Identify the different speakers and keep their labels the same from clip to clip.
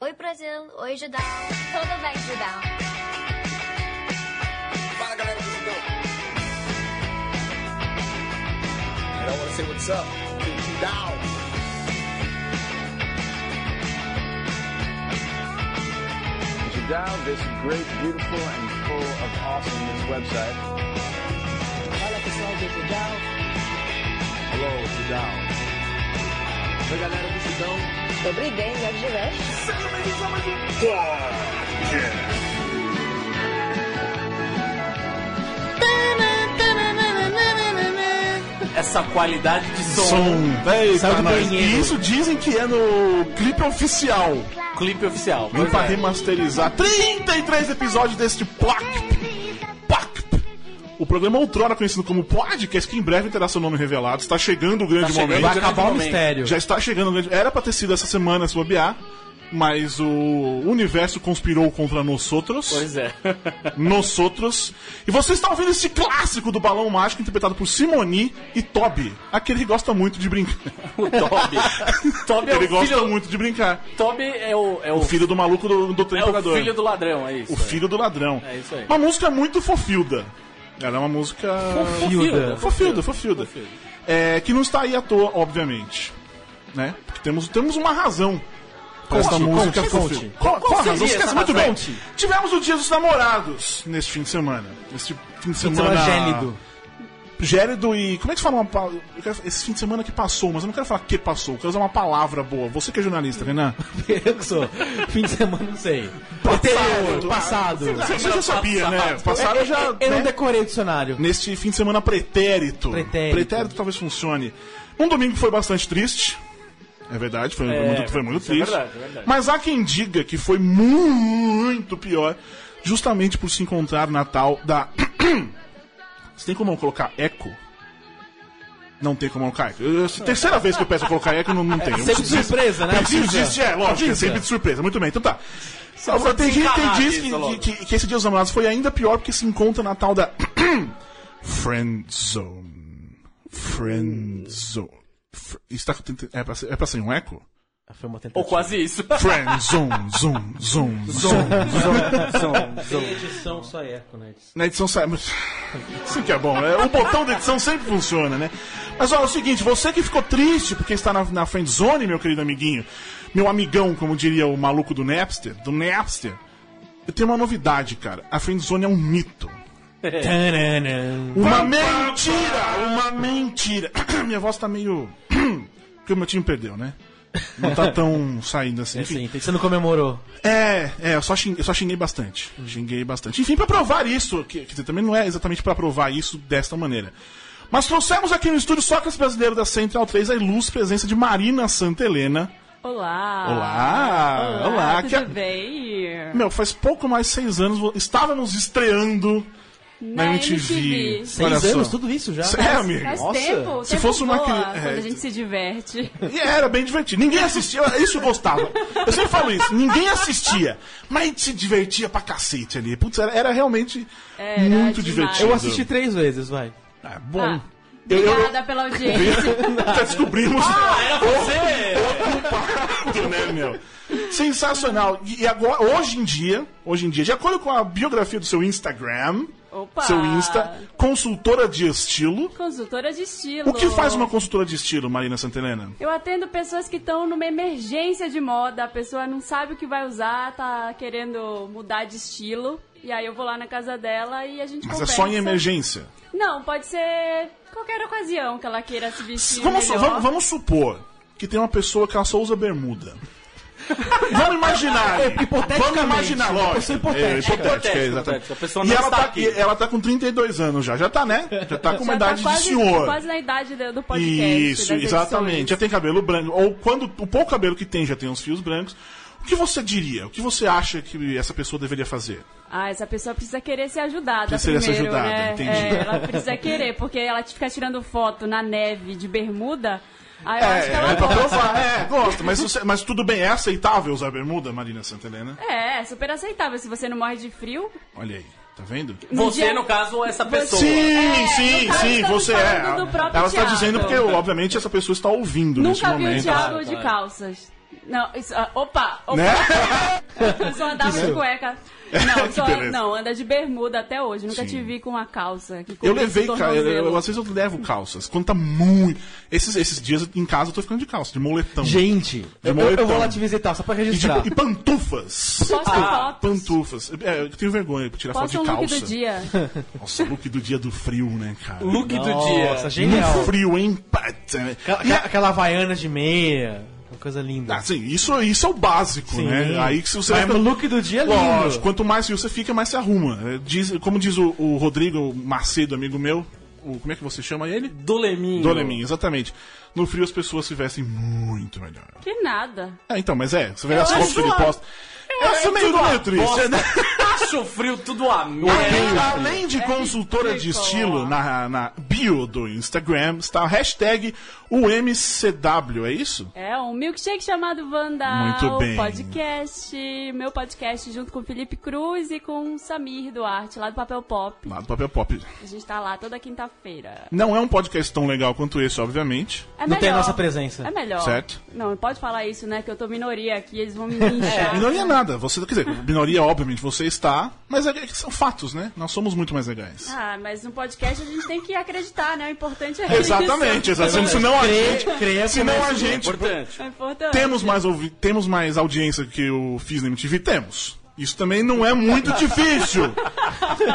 Speaker 1: Oi Brasil, oi Judão, tudo bem Judão?
Speaker 2: Fala galera do Judão. I don't wanna say what's up. Judão.
Speaker 3: Jadal, this great, beautiful, and full of awesomeness website.
Speaker 4: Fala pessoal do Judal.
Speaker 3: Hello, Jadal. Oi, galera do Judão.
Speaker 4: Dobry dzień, jak żyjesz?
Speaker 5: Essa qualidade de som.
Speaker 6: Véi,
Speaker 5: Saiu do
Speaker 6: pra nós.
Speaker 5: banheiro.
Speaker 6: E tá isso dizem que é no clipe oficial.
Speaker 5: Clipe oficial.
Speaker 6: Vem pra
Speaker 5: Pois é.
Speaker 6: remasterizar 33 episódios deste Plac. Plac. O programa outrora conhecido como Podcast, que em breve terá seu nome revelado. Está chegando o grande
Speaker 5: Tá chegando
Speaker 6: momento.
Speaker 5: o grande momento.
Speaker 6: Já está chegando o grande... Era pra ter sido essa semana, se bobear. Mas o universo conspirou contra nós outros.
Speaker 5: Pois é.
Speaker 6: Nós outros. E você está ouvindo este clássico do Balão Mágico, interpretado por Simoni e Toby. Aquele que gosta muito de brincar.
Speaker 5: O Toby. Toby é
Speaker 6: Ele
Speaker 5: o
Speaker 6: gosta
Speaker 5: filho.
Speaker 6: muito de brincar.
Speaker 5: Toby é o. É o,
Speaker 6: O filho do maluco do, do trem
Speaker 5: é o
Speaker 6: jogador.
Speaker 5: filho do ladrão, é isso.
Speaker 6: O filho do ladrão.
Speaker 5: É isso aí.
Speaker 6: Uma música muito fofilda. Ela é uma música.
Speaker 5: Fofilda.
Speaker 6: Fofilda, fofilda. É, que não está aí à toa, obviamente. Né? Porque temos, temos uma razão pra essa música fofilda. Qual, qual a
Speaker 5: seria
Speaker 6: razão? Você
Speaker 5: essa
Speaker 6: conhece muito
Speaker 5: razão?
Speaker 6: bem. Tivemos o Dia dos Namorados neste fim de semana. Este fim de semana.
Speaker 7: gélido.
Speaker 6: Gélido e. Como é que se fala uma palavra? Esse fim de semana que passou, mas eu não quero falar que passou, eu quero usar uma palavra boa. Você que é jornalista, Renan.
Speaker 7: Eu que sou. Fim de semana, não sei.
Speaker 6: Passado.
Speaker 7: Anterior, passado.
Speaker 6: Você já sabia, né? Passado
Speaker 7: Eu,
Speaker 6: já.
Speaker 7: eu- eu não
Speaker 6: né?
Speaker 7: decorei o dicionário.
Speaker 6: neste fim de semana pretérito.
Speaker 7: Pretérito.
Speaker 6: talvez funcione. Um domingo que foi bastante triste. É verdade, foi,
Speaker 5: É,
Speaker 6: muito, foi muito
Speaker 5: isso é
Speaker 6: triste.
Speaker 5: verdade, é verdade.
Speaker 6: Mas há quem diga que foi muito pior, justamente por se encontrar na tal da. Você tem como eu colocar eco? Não tem como eu colocar eco. Eu- eu- terceira vez que eu peço pra colocar eco,
Speaker 5: É,
Speaker 6: não, não tem. Eu
Speaker 7: Sempre de
Speaker 6: preciso-
Speaker 7: surpresa, né?
Speaker 6: Preciso
Speaker 7: Precisa.
Speaker 6: disso, é, lógico, é
Speaker 7: Precisa.
Speaker 6: sempre de surpresa. Muito bem, então tá. Agora, tem gente
Speaker 5: desencanar
Speaker 6: que diz
Speaker 5: disso logo.
Speaker 6: que, que- que esse Dia dos Namorados foi ainda pior porque se encontra na tal da Friend Zone. Friend Zone. Fr- Está, tenta- é, pra ser, é pra ser um eco?
Speaker 7: Foi uma tentativa.
Speaker 5: Ou quase isso.
Speaker 6: Friend Zone, Zone, Zone, Zone.
Speaker 7: edição só eco, né?
Speaker 6: Na edição sai. mas- Isso que é bom, né? O botão da edição sempre funciona, né? Mas olha, é o seguinte, você que ficou triste porque está na, na Friend Zone, meu querido amiguinho, meu amigão, como diria o maluco do Napster, do Napster, eu tenho uma novidade, cara. A Friend Zone é um mito. É. Uma mentira! Uma mentira! Minha voz tá meio. Porque o meu time perdeu, né? Não tá tão saindo assim. Enfim,
Speaker 7: Sim, você não comemorou.
Speaker 6: é, é, eu só xinguei, eu só xinguei bastante. Xinguei bastante. Enfim, pra provar isso, que, quer dizer, também não é exatamente pra provar isso desta maneira. Mas trouxemos aqui no estúdio Sócrates Brasileiro da Central 3 a ilustre presença de Marina Santa Helena.
Speaker 8: Olá!
Speaker 6: Olá! Olá!
Speaker 8: tudo
Speaker 6: que a-
Speaker 8: bem?
Speaker 6: Meu, faz pouco mais de seis anos vo- estávamos estreando na, MTV. Olha
Speaker 7: Seis
Speaker 6: só.
Speaker 7: anos, tudo isso já?
Speaker 6: É, amigo.
Speaker 8: Faz
Speaker 7: Nossa.
Speaker 8: tempo, o
Speaker 6: Se
Speaker 8: tempo
Speaker 6: fosse uma
Speaker 8: voa
Speaker 6: cri- é.
Speaker 8: Quando a gente se diverte.
Speaker 6: E era bem divertido. Ninguém assistia, isso eu gostava. Eu sempre falo isso, ninguém assistia. Mas a gente se divertia pra cacete ali. Putz, era, era realmente
Speaker 8: Era
Speaker 6: muito
Speaker 8: demais.
Speaker 6: divertido.
Speaker 7: Eu assisti três vezes, vai.
Speaker 6: Ah, bom.
Speaker 8: Ah,
Speaker 6: Eu- eu-
Speaker 8: Obrigada pela audiência.
Speaker 6: Já descobrimos.
Speaker 7: Ah,
Speaker 5: Era você!
Speaker 6: Tudo, né, meu? Sensacional. E e agora, hoje em dia, hoje em dia, de acordo com a biografia do seu Instagram,
Speaker 8: Opa!
Speaker 6: seu Insta, consultora de estilo.
Speaker 8: Consultora de estilo.
Speaker 6: O que faz uma consultora de estilo, Marina Santelena?
Speaker 8: Eu atendo pessoas que estão numa emergência de moda, a pessoa não sabe o que vai usar, tá querendo mudar de estilo. E aí eu vou lá na casa dela e a gente
Speaker 6: Mas é
Speaker 8: conversa.
Speaker 6: só em emergência.
Speaker 8: Não, pode ser qualquer ocasião que ela queira se vestir
Speaker 6: Vamos, su-
Speaker 8: melhor.
Speaker 6: vamos, vamos supor que tem uma pessoa que ela só usa bermuda. vamos imaginar. aí. Vamos imaginar,
Speaker 7: uma
Speaker 6: lógico.
Speaker 7: pessoa hipotética.
Speaker 6: É, hipotética,
Speaker 5: Hipotética,
Speaker 6: exatamente.
Speaker 5: hipotética. A pessoa
Speaker 6: E
Speaker 5: não
Speaker 6: ela
Speaker 5: está
Speaker 6: tá,
Speaker 5: aqui.
Speaker 6: e ela tá com 32 anos já. Já tá, né? Já tá com uma
Speaker 8: Já tá
Speaker 6: idade
Speaker 8: quase,
Speaker 6: de senhor.
Speaker 8: Quase na idade do, do podcast.
Speaker 6: Isso,
Speaker 8: das
Speaker 6: exatamente. Já
Speaker 8: edições.
Speaker 6: tem cabelo branco. Ou quando o pouco cabelo que tem já tem uns fios brancos. O que você diria? O que você acha que essa pessoa deveria fazer?
Speaker 8: Ah, essa pessoa precisa querer ser ajudada
Speaker 6: Precisa ser
Speaker 8: primeiro,
Speaker 6: ajudada,
Speaker 8: né?
Speaker 6: entendi.
Speaker 8: É, ela precisa querer, porque ela te fica tirando foto na neve de bermuda, aí eu acho que ela
Speaker 6: é pra
Speaker 8: gosta.
Speaker 6: provar. É, gosto. Mas, você- mas tudo bem, é aceitável usar bermuda, Marina Santelena?
Speaker 8: É, é super aceitável se você não morre de frio.
Speaker 6: Olha aí, tá vendo?
Speaker 5: Você,
Speaker 8: dia-
Speaker 5: no caso, essa pessoa.
Speaker 6: Sim,
Speaker 8: É,
Speaker 6: sim,
Speaker 8: no caso,
Speaker 6: sim,
Speaker 8: estamos
Speaker 6: você é.
Speaker 8: falando do próprio
Speaker 6: Ela está
Speaker 8: Thiago.
Speaker 6: dizendo porque, obviamente, essa pessoa está ouvindo nesse
Speaker 8: Nunca vi o
Speaker 6: momento.
Speaker 8: Thiago de
Speaker 5: claro.
Speaker 8: calças. Não, isso, ah, opa, opa.
Speaker 6: Né?
Speaker 8: Eu só andava de cueca. Não,
Speaker 6: Que
Speaker 8: só,
Speaker 6: beleza.
Speaker 8: não, anda de bermuda até hoje. Nunca te
Speaker 6: Sim.
Speaker 8: vi com a calça. que
Speaker 6: Eu
Speaker 8: cobriu
Speaker 6: levei,
Speaker 8: o
Speaker 6: cara, eu,
Speaker 8: tornozelo.
Speaker 6: eu- às vezes eu levo calças. Quando tá muito. Esses, esses dias em casa eu tô ficando de calça, de moletão.
Speaker 7: Gente, eu, eu- eu
Speaker 6: moletom.
Speaker 7: vou lá te visitar, só pra
Speaker 6: E,
Speaker 7: registrar.
Speaker 6: tipo, e pantufas.
Speaker 8: Posta
Speaker 6: Ah,
Speaker 8: fotos.
Speaker 6: Pantufas. É, eu tenho vergonha de tirar
Speaker 8: Posta um
Speaker 6: foto de
Speaker 8: look
Speaker 6: calça.
Speaker 8: do dia.
Speaker 6: Nossa, look do dia do frio, né, cara?
Speaker 5: Look do
Speaker 7: Nossa,
Speaker 5: dia.
Speaker 7: genial.
Speaker 6: No frio, hein? né? Pata.
Speaker 7: Aquela, aquela- aquela havaiana de meia, uma coisa linda.
Speaker 6: Ah, sim, isso, isso é o básico,
Speaker 7: Sim.
Speaker 6: né? Aí que se você.
Speaker 7: Mas o look do dia é lindo.
Speaker 6: Lógico, quanto mais frio você fica, mais se arruma. É, diz- como diz o, o Rodrigo Macedo, amigo meu, o- como é que você chama ele?
Speaker 5: Doleminho.
Speaker 6: Doleminho, exatamente. No frio as pessoas se vestem muito melhor.
Speaker 8: Que nada.
Speaker 6: Ah, então, mas é, você vê as
Speaker 5: acho
Speaker 6: fotos que ele
Speaker 5: uma-
Speaker 6: posta. Eu acho meio, meio triste. né?
Speaker 5: Acho frio tudo a merda.
Speaker 8: É.
Speaker 6: Além, além de consultora de estilo, na, na bio do Instagram está a hashtag UMCW, é isso?
Speaker 8: É um milkshake chamado Vandal.
Speaker 6: Muito bem.
Speaker 8: Podcast. Meu podcast junto com o Felipe Cruz e com o Samir Duarte, lá do Papel Pop.
Speaker 6: Lá do Papel Pop.
Speaker 8: A gente tá lá toda quinta-feira.
Speaker 6: Não é um podcast tão legal quanto esse, obviamente.
Speaker 8: É
Speaker 7: Não tem a
Speaker 8: melhor.
Speaker 7: nossa presença.
Speaker 8: É melhor.
Speaker 6: Certo.
Speaker 8: Não, pode falar isso, né? Que eu tô minoria aqui, eles vão me linchar.
Speaker 6: Minoria é nada, você, quer dizer, minoria obviamente você está, mas é que são fatos, né? Nós somos muito mais legais.
Speaker 8: Ah, mas no podcast a gente tem que acreditar, né? O importante é
Speaker 6: Exatamente,
Speaker 8: isso.
Speaker 6: exatamente. Senão a gente,
Speaker 7: Creia
Speaker 6: senão a
Speaker 5: É
Speaker 6: gente
Speaker 5: importante.
Speaker 8: É importante.
Speaker 6: temos mais ouvi- temos mais audiência que o Fiz na MTV temos. Isso também não é muito difícil.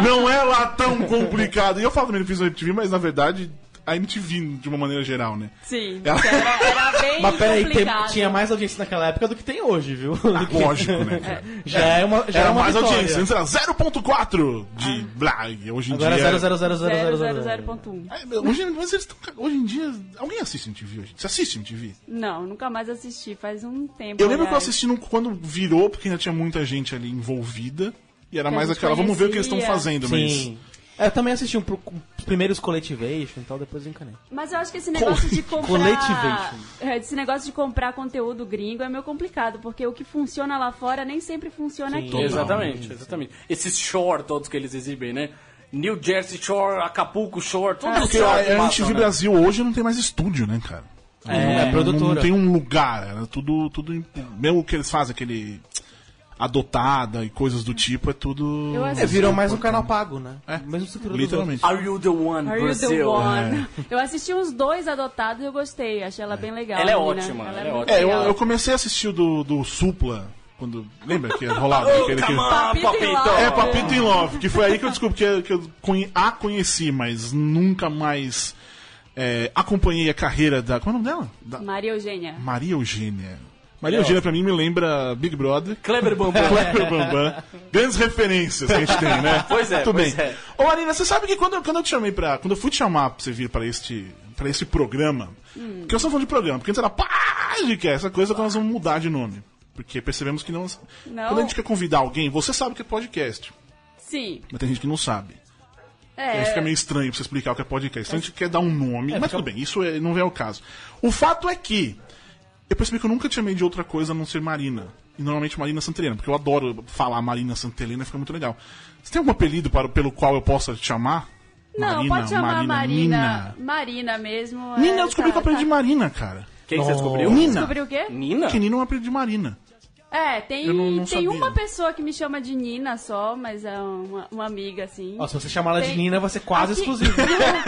Speaker 6: Não é lá tão complicado. E eu falo também do Fiz na MTV, mas na verdade a MTV de uma maneira geral, né?
Speaker 8: Sim.
Speaker 6: Ela-
Speaker 8: Era, era bem
Speaker 7: Mas peraí, tem-
Speaker 8: complicado.
Speaker 7: tinha mais audiência naquela época do que tem hoje, viu?
Speaker 6: Lógico, né? cara?
Speaker 7: já é uma, já é
Speaker 6: Era
Speaker 7: uma
Speaker 6: mais
Speaker 7: vitória.
Speaker 6: audiência. Então, Antes era 0.4 de blá, e hoje em
Speaker 7: Agora
Speaker 6: dia.
Speaker 7: 00000.
Speaker 8: 000.1.
Speaker 6: É, meu, Hoje, mas eles tão- hoje em dia. Alguém assiste MTV hoje? Você assiste MTV?
Speaker 8: Não, nunca mais assisti, faz um tempo.
Speaker 6: Eu lembro que eu
Speaker 8: aliás.
Speaker 6: assisti num- quando virou, porque ainda tinha muita gente ali envolvida. E era
Speaker 8: Que a
Speaker 6: mais
Speaker 8: gente
Speaker 6: aquela, vamos ver o que eles estão
Speaker 8: conhecia.
Speaker 6: fazendo,
Speaker 7: Sim. Eu também assisti um pro, com os primeiros Collectivation e tal, depois eu encanei.
Speaker 8: Mas eu acho que esse negócio de comprar.
Speaker 7: Collectivation.
Speaker 8: É, Esse negócio de comprar conteúdo gringo é meio complicado, porque o que funciona lá fora nem sempre funciona
Speaker 6: é.
Speaker 8: aqui.
Speaker 5: Exatamente, exatamente. Esses shore todos que eles exibem, né? New Jersey Shore, Acapulco Shore,
Speaker 6: mas.
Speaker 8: É,
Speaker 5: todos os
Speaker 6: Porque
Speaker 5: shores
Speaker 6: a, a
Speaker 5: passam,
Speaker 6: MTV
Speaker 5: né?
Speaker 6: Brasil hoje não tem mais estúdio, né, cara?
Speaker 7: É,
Speaker 6: não,
Speaker 7: é produtora.
Speaker 6: Não tem um lugar, era tudo, tudo. em- Mesmo que eles fazem aquele. Adotada e coisas do tipo, é tudo.
Speaker 8: Eu assisti.
Speaker 7: É, virou mais um canal pago, né?
Speaker 6: É,
Speaker 7: Mesmo estrutura dos
Speaker 6: literalmente.
Speaker 5: Are You The One,
Speaker 8: Are you
Speaker 5: Brasil.
Speaker 8: the one?
Speaker 6: É.
Speaker 8: Eu assisti uns dois adotados e eu gostei, achei ela bem legal.
Speaker 5: Ela é
Speaker 8: menina.
Speaker 5: ótima, ela é
Speaker 8: muito
Speaker 5: ótima.
Speaker 6: É, eu,
Speaker 8: legal.
Speaker 6: eu comecei a assistir o do, do Supla, quando. Lembra que rolava
Speaker 7: Oh,
Speaker 6: aquele que.
Speaker 5: Come on,
Speaker 8: Papito
Speaker 5: papito.
Speaker 8: e
Speaker 6: É, Papito in Love, que foi aí que eu descobri que eu, que eu conhe- a conheci, mas nunca mais é, acompanhei a carreira da. Como é o nome dela? Da
Speaker 8: Maria Eugênia.
Speaker 6: Maria Eugênia. Maria Eugênia, pra mim, me lembra Big Brother.
Speaker 5: Kleber Bambu.
Speaker 6: Kleber Bambam. Grandes referências que a gente tem, né?
Speaker 5: Pois é,
Speaker 6: Muito
Speaker 5: pois
Speaker 6: bem.
Speaker 5: é.
Speaker 6: Ô, Marina, você sabe que quando, eu- quando eu te chamei pra. Quando eu fui te chamar pra você vir pra este, pra este programa. Porque eu só falo de programa, porque antes era podcast, essa coisa que nós vamos mudar de nome. Porque percebemos que não.
Speaker 8: Não.
Speaker 6: Quando a gente quer convidar alguém, você sabe que é podcast.
Speaker 8: Sim.
Speaker 6: Mas tem gente que não sabe. Aí
Speaker 8: É.
Speaker 6: fica meio estranho pra você explicar o que é podcast. Então a gente quer dar um nome, mas tudo bem, isso é- não é o caso. O fato é que eu percebi que eu nunca te chamei de outra coisa a não ser Marina. E normalmente Marina Santelena, porque eu adoro falar Marina Santelena, fica muito legal. Você tem algum apelido para- pelo qual eu possa te chamar?
Speaker 8: Não, pode chamar Marina.
Speaker 6: Nina.
Speaker 8: Marina, mesmo. é,
Speaker 6: Nina, eu descobri
Speaker 8: tá-
Speaker 6: que eu aprendi
Speaker 8: tá.
Speaker 6: Marina, cara.
Speaker 5: Quem que você descobriu?
Speaker 6: Nina.
Speaker 8: Descobriu o quê?
Speaker 5: Nina?
Speaker 6: Que Nina é um apelido de Marina.
Speaker 8: É, tem,
Speaker 6: Eu não- não
Speaker 8: tem
Speaker 6: sabia.
Speaker 8: uma pessoa que me chama de Nina só, mas é uma, uma amiga, assim.
Speaker 7: Ó, se você chamar ela de
Speaker 8: Tem-
Speaker 7: Nina, vai ser quase
Speaker 8: Aqui-
Speaker 7: exclusivo.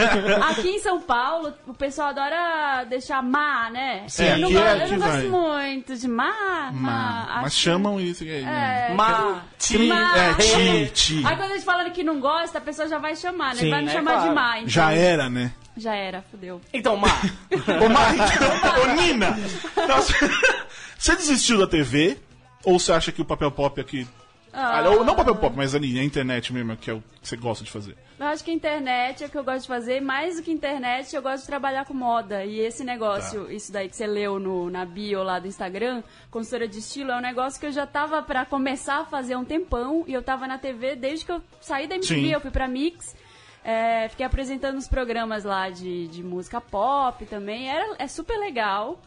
Speaker 8: Aqui em São Paulo, o pessoal adora deixar má, né?
Speaker 6: Sim,
Speaker 8: eu não,
Speaker 6: aqui
Speaker 8: go-
Speaker 6: é-
Speaker 8: eu
Speaker 6: aqui
Speaker 8: não
Speaker 6: vai.
Speaker 8: gosto muito de má, má.
Speaker 6: Ma- Mas
Speaker 8: Ah, acho-
Speaker 6: chamam isso. É,
Speaker 8: É,
Speaker 5: Ma-
Speaker 6: Ti-
Speaker 8: Ma-
Speaker 6: é, ti, ti.
Speaker 8: Aí quando eles falam que não gosta, a pessoa já vai chamar, né?
Speaker 7: Sim.
Speaker 8: vai me
Speaker 7: É,
Speaker 8: chamar
Speaker 5: claro.
Speaker 8: de má. Então,
Speaker 6: Já era, né?
Speaker 8: Já era, fudeu.
Speaker 5: Então, Ma,
Speaker 6: Ô, Mari, então, ô, Nina, nossa, você desistiu da TV? Ou você acha que o papel pop aqui. Ah, não, não o papel pop, mas ali, a internet mesmo, que é o que você gosta de fazer.
Speaker 8: Eu acho que internet é o que eu gosto de fazer. Mais do que internet, eu gosto de trabalhar com moda. E esse negócio, isso daí que você leu no, na bio lá do Instagram, consultora de estilo, é um negócio que eu já tava pra começar a fazer há um tempão. E eu tava na TV desde que eu saí da MTV,
Speaker 6: Sim.
Speaker 8: eu fui pra Mix. é, fiquei apresentando os programas lá de, de música pop também. Era, é super legal.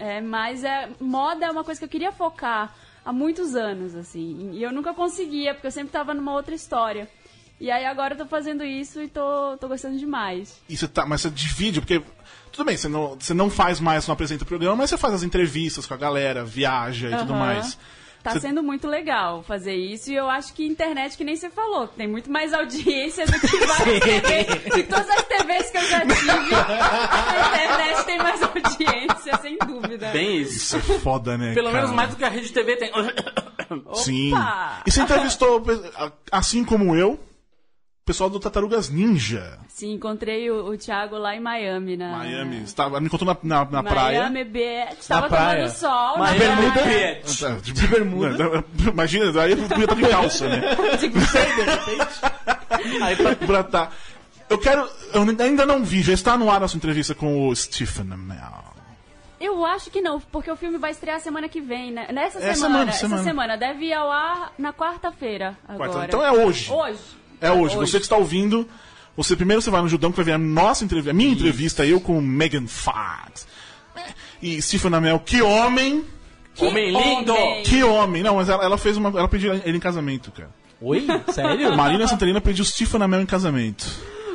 Speaker 8: É, mas é, moda é uma coisa que eu queria focar há muitos anos, assim. E eu nunca conseguia, porque eu sempre tava numa outra história. E aí agora eu tô fazendo isso e tô, tô gostando demais.
Speaker 6: E você tá, mas você divide, porque. Tudo bem, você não, você não faz mais, não apresenta o programa, mas você faz as entrevistas com a galera, viaja e tudo
Speaker 8: Aham.
Speaker 6: mais.
Speaker 8: Tá
Speaker 6: Você-
Speaker 8: sendo muito legal fazer isso e eu acho que internet, que nem você falou, tem muito mais audiência do que várias TVs. De todas as TVs que eu já tive, a internet tem mais audiência, sem dúvida.
Speaker 5: Bem isso.
Speaker 6: Isso é foda, né?
Speaker 5: Pelo menos
Speaker 6: cara?
Speaker 5: mais um do que a rede TV tem.
Speaker 6: Sim.
Speaker 8: Opa!
Speaker 6: E você entrevistou, assim como eu, o pessoal do Tartarugas Ninja,
Speaker 8: Sim, encontrei o, o Thiago lá em Miami, na
Speaker 6: Miami. Estava, me encontrou na, na, na praia.
Speaker 8: Miami Beach. Tava
Speaker 7: praia.
Speaker 8: tomando sol. né?
Speaker 7: Mas
Speaker 8: na
Speaker 7: bermuda-
Speaker 8: praia.
Speaker 6: Tá, De, bermuda. Imagina, aí eu podia estar de calça, né? aí pra, pra tá. Eu quero. Eu ainda não vi, já está no ar a sua entrevista com o Stephen Amell.
Speaker 8: Eu acho que não, porque o filme vai estrear semana que vem, né? Nessa
Speaker 6: É
Speaker 8: semana,
Speaker 6: semana,
Speaker 8: Essa
Speaker 6: semana.
Speaker 8: semana. Deve ir ao ar na quarta-feira agora.
Speaker 6: Quarta- Então é hoje.
Speaker 8: Hoje.
Speaker 6: É hoje. Você que está ouvindo, você primeiro você vai no Judão que vai ver a nossa entrevista, a minha entrevista eu com Megan Fox. E Stephen Amell, que homem!
Speaker 8: Que
Speaker 5: Homem lindo!
Speaker 6: Que homem! Não, mas ela, ela fez uma. Ela pediu ele em casamento, cara.
Speaker 7: Oi? Sério?
Speaker 6: Marina Santelina pediu Stephen Amell em casamento.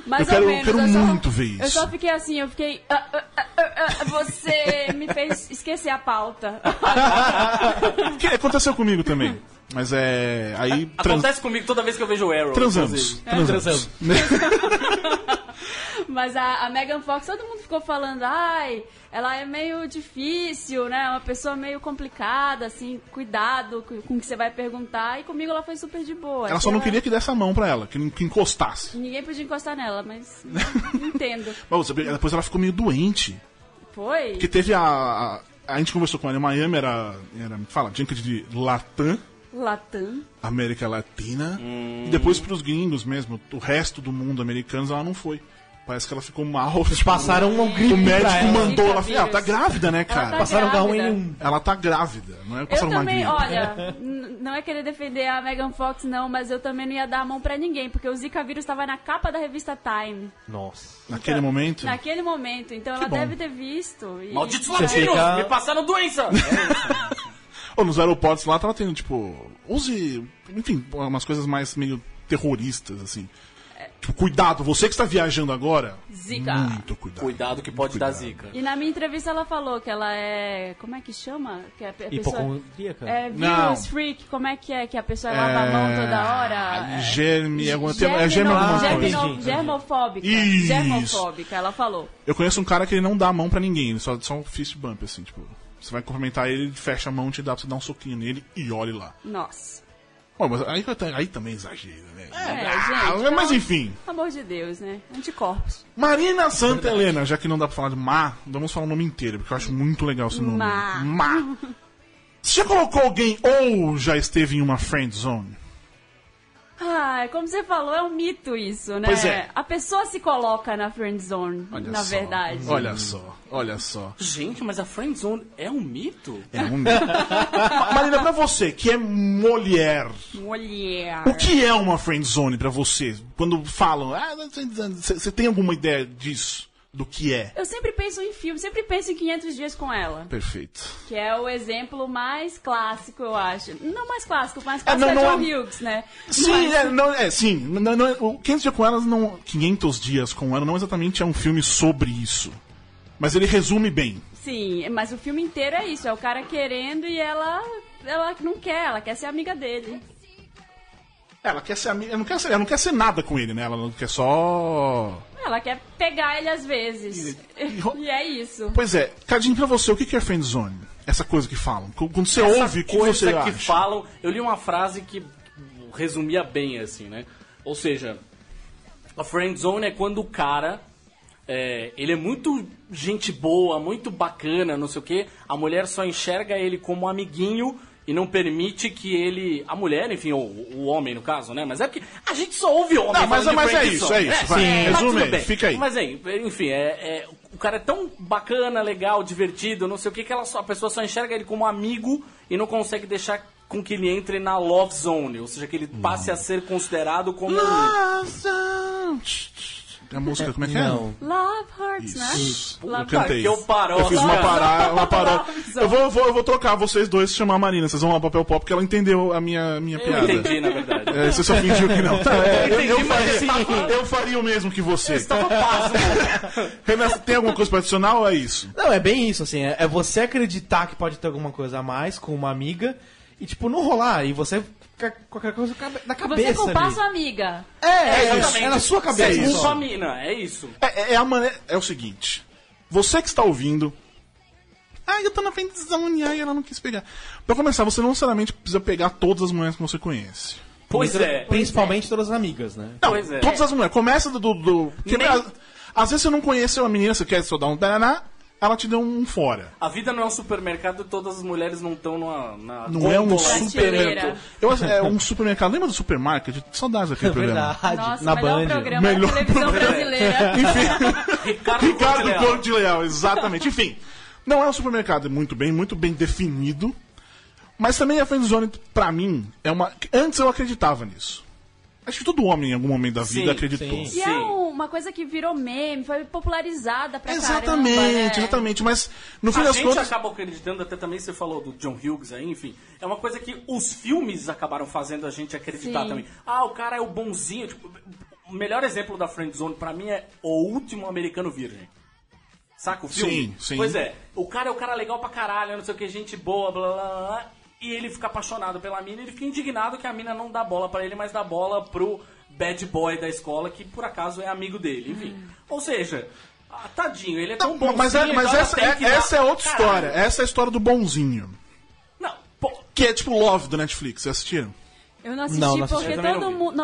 Speaker 8: Mais
Speaker 6: Eu quero-
Speaker 8: ou
Speaker 6: eu
Speaker 8: menos,
Speaker 6: quero
Speaker 8: só-
Speaker 6: muito ver
Speaker 8: Eu
Speaker 6: isso.
Speaker 8: só fiquei assim, eu fiquei. "Ah, ah, ah, ah, ah", você me fez esquecer a pauta.
Speaker 6: Que aconteceu comigo também. Mas é. Aí. trans-
Speaker 5: Acontece comigo toda vez que eu vejo o Arrow.
Speaker 6: transamos.
Speaker 7: É,
Speaker 5: inclusive.
Speaker 6: Transamos.
Speaker 8: Mas a, a Megan Fox, todo mundo ficou falando, ai, ela é meio difícil, né? Uma pessoa meio complicada, assim, cuidado com com o que você vai perguntar. E comigo ela foi super de boa. Então,
Speaker 6: Ela só não queria que desse a mão pra ela, que, não- que encostasse.
Speaker 8: Ninguém podia encostar nela, mas entendo.
Speaker 6: Mas você- depois ela ficou meio doente.
Speaker 8: Foi?
Speaker 6: Porque teve a. A, a gente conversou com ela em Miami, era. era fala, Junket de Latam.
Speaker 8: Latam.
Speaker 6: América Latina. E depois pros gringos mesmo, o resto do mundo americano, ela não foi. Parece que ela ficou mal. Eles
Speaker 7: passaram uma gripe
Speaker 6: O médico
Speaker 7: pra ela.
Speaker 6: mandou, ela falou,
Speaker 8: Zika
Speaker 6: ah, tá
Speaker 8: vírus.
Speaker 6: grávida, né,
Speaker 8: Ela
Speaker 6: cara?
Speaker 8: tá
Speaker 6: Passaram-
Speaker 7: Passaram carro em
Speaker 8: grávida.
Speaker 7: um.
Speaker 6: Ela tá grávida, não é
Speaker 8: Eu
Speaker 6: passaram uma
Speaker 8: também,
Speaker 6: gripe.
Speaker 8: olha, n- não é querer defender a Megan Fox, não, mas eu também não ia dar a mão pra ninguém, porque o Zika vírus estava na capa da revista Time,
Speaker 7: Nossa.
Speaker 6: Naquele
Speaker 8: então,
Speaker 6: momento.
Speaker 8: naquele momento, então ela
Speaker 6: bom.
Speaker 8: deve ter visto. E...
Speaker 5: Malditos
Speaker 7: Você
Speaker 5: latinos!
Speaker 7: fica-
Speaker 5: Me passaram doença! É,
Speaker 6: Ou nos aeroportos lá tava tendo, tipo, use, enfim, umas coisas mais meio terroristas, assim. Tipo, cuidado, você que está viajando agora,
Speaker 8: Zika.
Speaker 6: muito cuidado.
Speaker 5: Cuidado que pode dar
Speaker 6: Cuidado.
Speaker 5: zica.
Speaker 8: E na minha entrevista ela falou que ela é. Como é que chama? Que a pe- a pessoa.
Speaker 7: Hipocondríaca?
Speaker 8: É
Speaker 6: Não.
Speaker 8: vírus freak, como é que é? Que a pessoa lava a mão toda hora?
Speaker 6: É,
Speaker 8: É,
Speaker 6: Germe, alguma
Speaker 8: germino-
Speaker 6: é germe alguma coisa.
Speaker 8: germino-
Speaker 7: Entendi.
Speaker 8: Germofóbica.
Speaker 6: Isso.
Speaker 8: Germofóbica, ela falou.
Speaker 6: Eu conheço um cara que ele não dá a mão pra ninguém, ele só, só um fist bump, assim, tipo. Você vai cumprimentar ele, ele fecha a mão, te dá pra você dar um soquinho nele e olhe lá.
Speaker 8: Nossa.
Speaker 6: Ué, mas aí, eu te- aí também exagero, né?
Speaker 8: É,
Speaker 6: Ah,
Speaker 8: gente.
Speaker 6: mas
Speaker 8: pelo
Speaker 6: enfim.
Speaker 8: Amor de Deus, né? Anticorpos.
Speaker 6: Marina Santa Helena, já que não dá pra falar de Má, vamos falar o nome inteiro, porque eu acho muito legal esse nome.
Speaker 8: Má.
Speaker 6: Má. Você já colocou alguém ou já esteve em uma friend zone?
Speaker 8: Ai, como você falou, é um mito isso, né?
Speaker 6: Pois é.
Speaker 8: A pessoa se coloca na friend zone,
Speaker 6: Olha
Speaker 8: na
Speaker 6: só,
Speaker 8: verdade.
Speaker 6: Olha só, olha só.
Speaker 5: Gente, mas a friendzone é um mito?
Speaker 6: É um... Marina, pra você, que é mulher,
Speaker 8: Mulher.
Speaker 6: o que é uma friend zone pra você? Quando falam, ah, você tem alguma ideia disso? Do que é?
Speaker 8: Eu sempre penso em filme, sempre penso em 500 dias com ela.
Speaker 6: Perfeito.
Speaker 8: Que é o exemplo mais clássico, eu acho. Não mais clássico, mais
Speaker 6: É, não-
Speaker 8: clássico é,
Speaker 6: não
Speaker 8: John
Speaker 6: é-
Speaker 8: Hughes, né?
Speaker 6: Sim,
Speaker 8: Mas-
Speaker 6: é, não, é, sim. Não, não, o 500 dias com elas não. 500 dias com ela não exatamente é um filme sobre isso. Mas ele resume bem.
Speaker 8: Sim, mas o filme inteiro é isso. É o cara querendo e ela... Ela não quer, ela quer ser amiga dele.
Speaker 6: Ela quer ser amiga. Ela não quer ser, ela não quer ser nada com ele, né? Ela não quer só.
Speaker 8: Ela quer pegar ele às vezes. E é isso.
Speaker 6: Pois é, Cadinho, pra você, o que que é friendzone? Essa coisa que falam. Qu- Quando você
Speaker 5: Essa
Speaker 6: ouve, o que
Speaker 5: coisa
Speaker 6: você
Speaker 5: que
Speaker 6: acha?
Speaker 5: falam. Eu li uma frase que resumia bem assim, né? Ou seja, a friend zone é quando o cara é, ele é muito gente boa, muito bacana, não sei o quê. A mulher só enxerga ele como amiguinho e não permite que ele. A mulher, enfim, ou o homem no caso, né? Mas é porque a gente só ouve homem.
Speaker 6: Não, mas-
Speaker 5: falando de
Speaker 6: mas
Speaker 5: friend
Speaker 6: é isso,
Speaker 5: zone,
Speaker 6: é isso,
Speaker 5: né?
Speaker 6: vai. Sim.
Speaker 5: Tá tudo
Speaker 6: Resume aí,
Speaker 5: bem.
Speaker 6: fica aí.
Speaker 5: Mas Mas, hein, enfim, é, é- o cara é tão bacana, legal, divertido, não sei o que, que ela só- a pessoa só enxerga ele como amigo e não consegue deixar com que ele entre na love
Speaker 6: Hum.
Speaker 5: um, zone, ou seja, que ele passe a ser considerado como...
Speaker 6: Nossa! A música, como é que é?
Speaker 7: Não.
Speaker 8: Love Hurts,
Speaker 6: Isso.
Speaker 8: né?
Speaker 6: Eu
Speaker 8: Love
Speaker 6: cantei.
Speaker 5: que eu paródia.
Speaker 6: Eu fiz uma
Speaker 5: é Não.
Speaker 6: parada. Uma parada.
Speaker 8: Não.
Speaker 6: Eu, vou, eu vou, eu vou trocar vocês dois e chamar a Marina. Vocês vão lá papel pop porque ela entendeu a minha, minha
Speaker 5: Eu
Speaker 6: piada.
Speaker 5: entendi, na verdade.
Speaker 6: É, você só fingiu que não. Tá, é, eu,
Speaker 5: entendi,
Speaker 6: eu
Speaker 5: mas
Speaker 6: faria,
Speaker 5: assim-
Speaker 6: eu faria o mesmo que você.
Speaker 5: Você estava
Speaker 6: É
Speaker 5: pasmo.
Speaker 6: Renan, tem alguma coisa pra adicionar ou é isso?
Speaker 7: Não, é bem isso, assim. É, é você acreditar que pode ter alguma coisa a mais com uma amiga e, tipo, não rolar. E você ficar com qualquer coisa cabe- na
Speaker 8: Você
Speaker 7: cabeça.
Speaker 8: culpar
Speaker 6: né?
Speaker 7: ali.
Speaker 8: sua amiga.
Speaker 7: É, é, isso.
Speaker 5: Exatamente.
Speaker 7: É na sua cabeça.
Speaker 5: Você culpa
Speaker 7: só.
Speaker 5: a mina, é isso.
Speaker 6: É, é a maneira. É o seguinte. Você que está ouvindo. Ah, eu tô na frente e aí ela não quis pegar. Pra começar, você não necessariamente precisa pegar todas as mulheres que você conhece.
Speaker 5: Pois é.
Speaker 7: Principalmente todas as amigas, né?
Speaker 6: Não,
Speaker 5: Pois é.
Speaker 6: todas as mulheres. Começa do. do, do- porque
Speaker 5: Nem-
Speaker 6: às- Às vezes você não conhece uma menina, você quer só dar um taraná, ela te deu um fora.
Speaker 5: A vida não é um supermercado e todas as mulheres não estão na, na
Speaker 6: Não é um
Speaker 5: gôndola.
Speaker 6: supermercado.
Speaker 8: Prateleira.
Speaker 6: Eu, acho- é um supermercado. Lembra do supermarket? Saudades
Speaker 5: É
Speaker 6: daquele programa.
Speaker 8: Nossa,
Speaker 7: na
Speaker 8: melhor
Speaker 7: Band.
Speaker 8: programa
Speaker 6: Melhor
Speaker 8: da televisão
Speaker 6: programa.
Speaker 8: brasileira.
Speaker 6: Enfim.
Speaker 5: Ricardo,
Speaker 6: Ricardo
Speaker 5: Corte Leal.
Speaker 6: Corte Leal, exatamente. Enfim, não é um supermercado muito bem, muito bem definido. Mas também a friendzone, pra mim, é uma. Antes eu acreditava nisso. Acho que todo homem em algum momento da vida
Speaker 5: Sim,
Speaker 6: acreditou.
Speaker 7: sim.
Speaker 8: E é
Speaker 5: Sim.
Speaker 8: uma coisa que virou meme, foi popularizada pra
Speaker 6: Exatamente,
Speaker 8: caramba, né?
Speaker 6: exatamente. Mas no fim
Speaker 5: A
Speaker 6: das
Speaker 5: gente
Speaker 6: contas.
Speaker 5: acaba acreditando, até também você falou do John Hughes aí, enfim. É uma coisa que os filmes acabaram fazendo a gente acreditar
Speaker 8: Sim.
Speaker 5: também. Ah, o cara é o bonzinho. Tipo, o melhor exemplo da Friend Zone pra mim é O Último Americano Virgem. Saca o filme?
Speaker 6: Sim, sim.
Speaker 5: Pois é, o cara é o cara legal pra caralho, não sei o que, gente boa, blá blá blá. blá, E ele fica apaixonado pela mina, ele fica indignado que a mina não dá bola pra ele, mas dá bola pro bad boy da escola, que por acaso é amigo dele, enfim. Ou seja, ah, tadinho, ele é tão
Speaker 6: Não,
Speaker 5: bom.
Speaker 6: mas é- mas essa, é, essa é outra história. Essa é a história do bonzinho.
Speaker 5: Não, pô,
Speaker 6: Que é tipo Love do Netflix. Vocês assistiram?
Speaker 8: Eu não assisti
Speaker 7: Não, não assisti.
Speaker 8: porque
Speaker 5: Eu também
Speaker 8: todo
Speaker 5: não vi.
Speaker 8: mundo,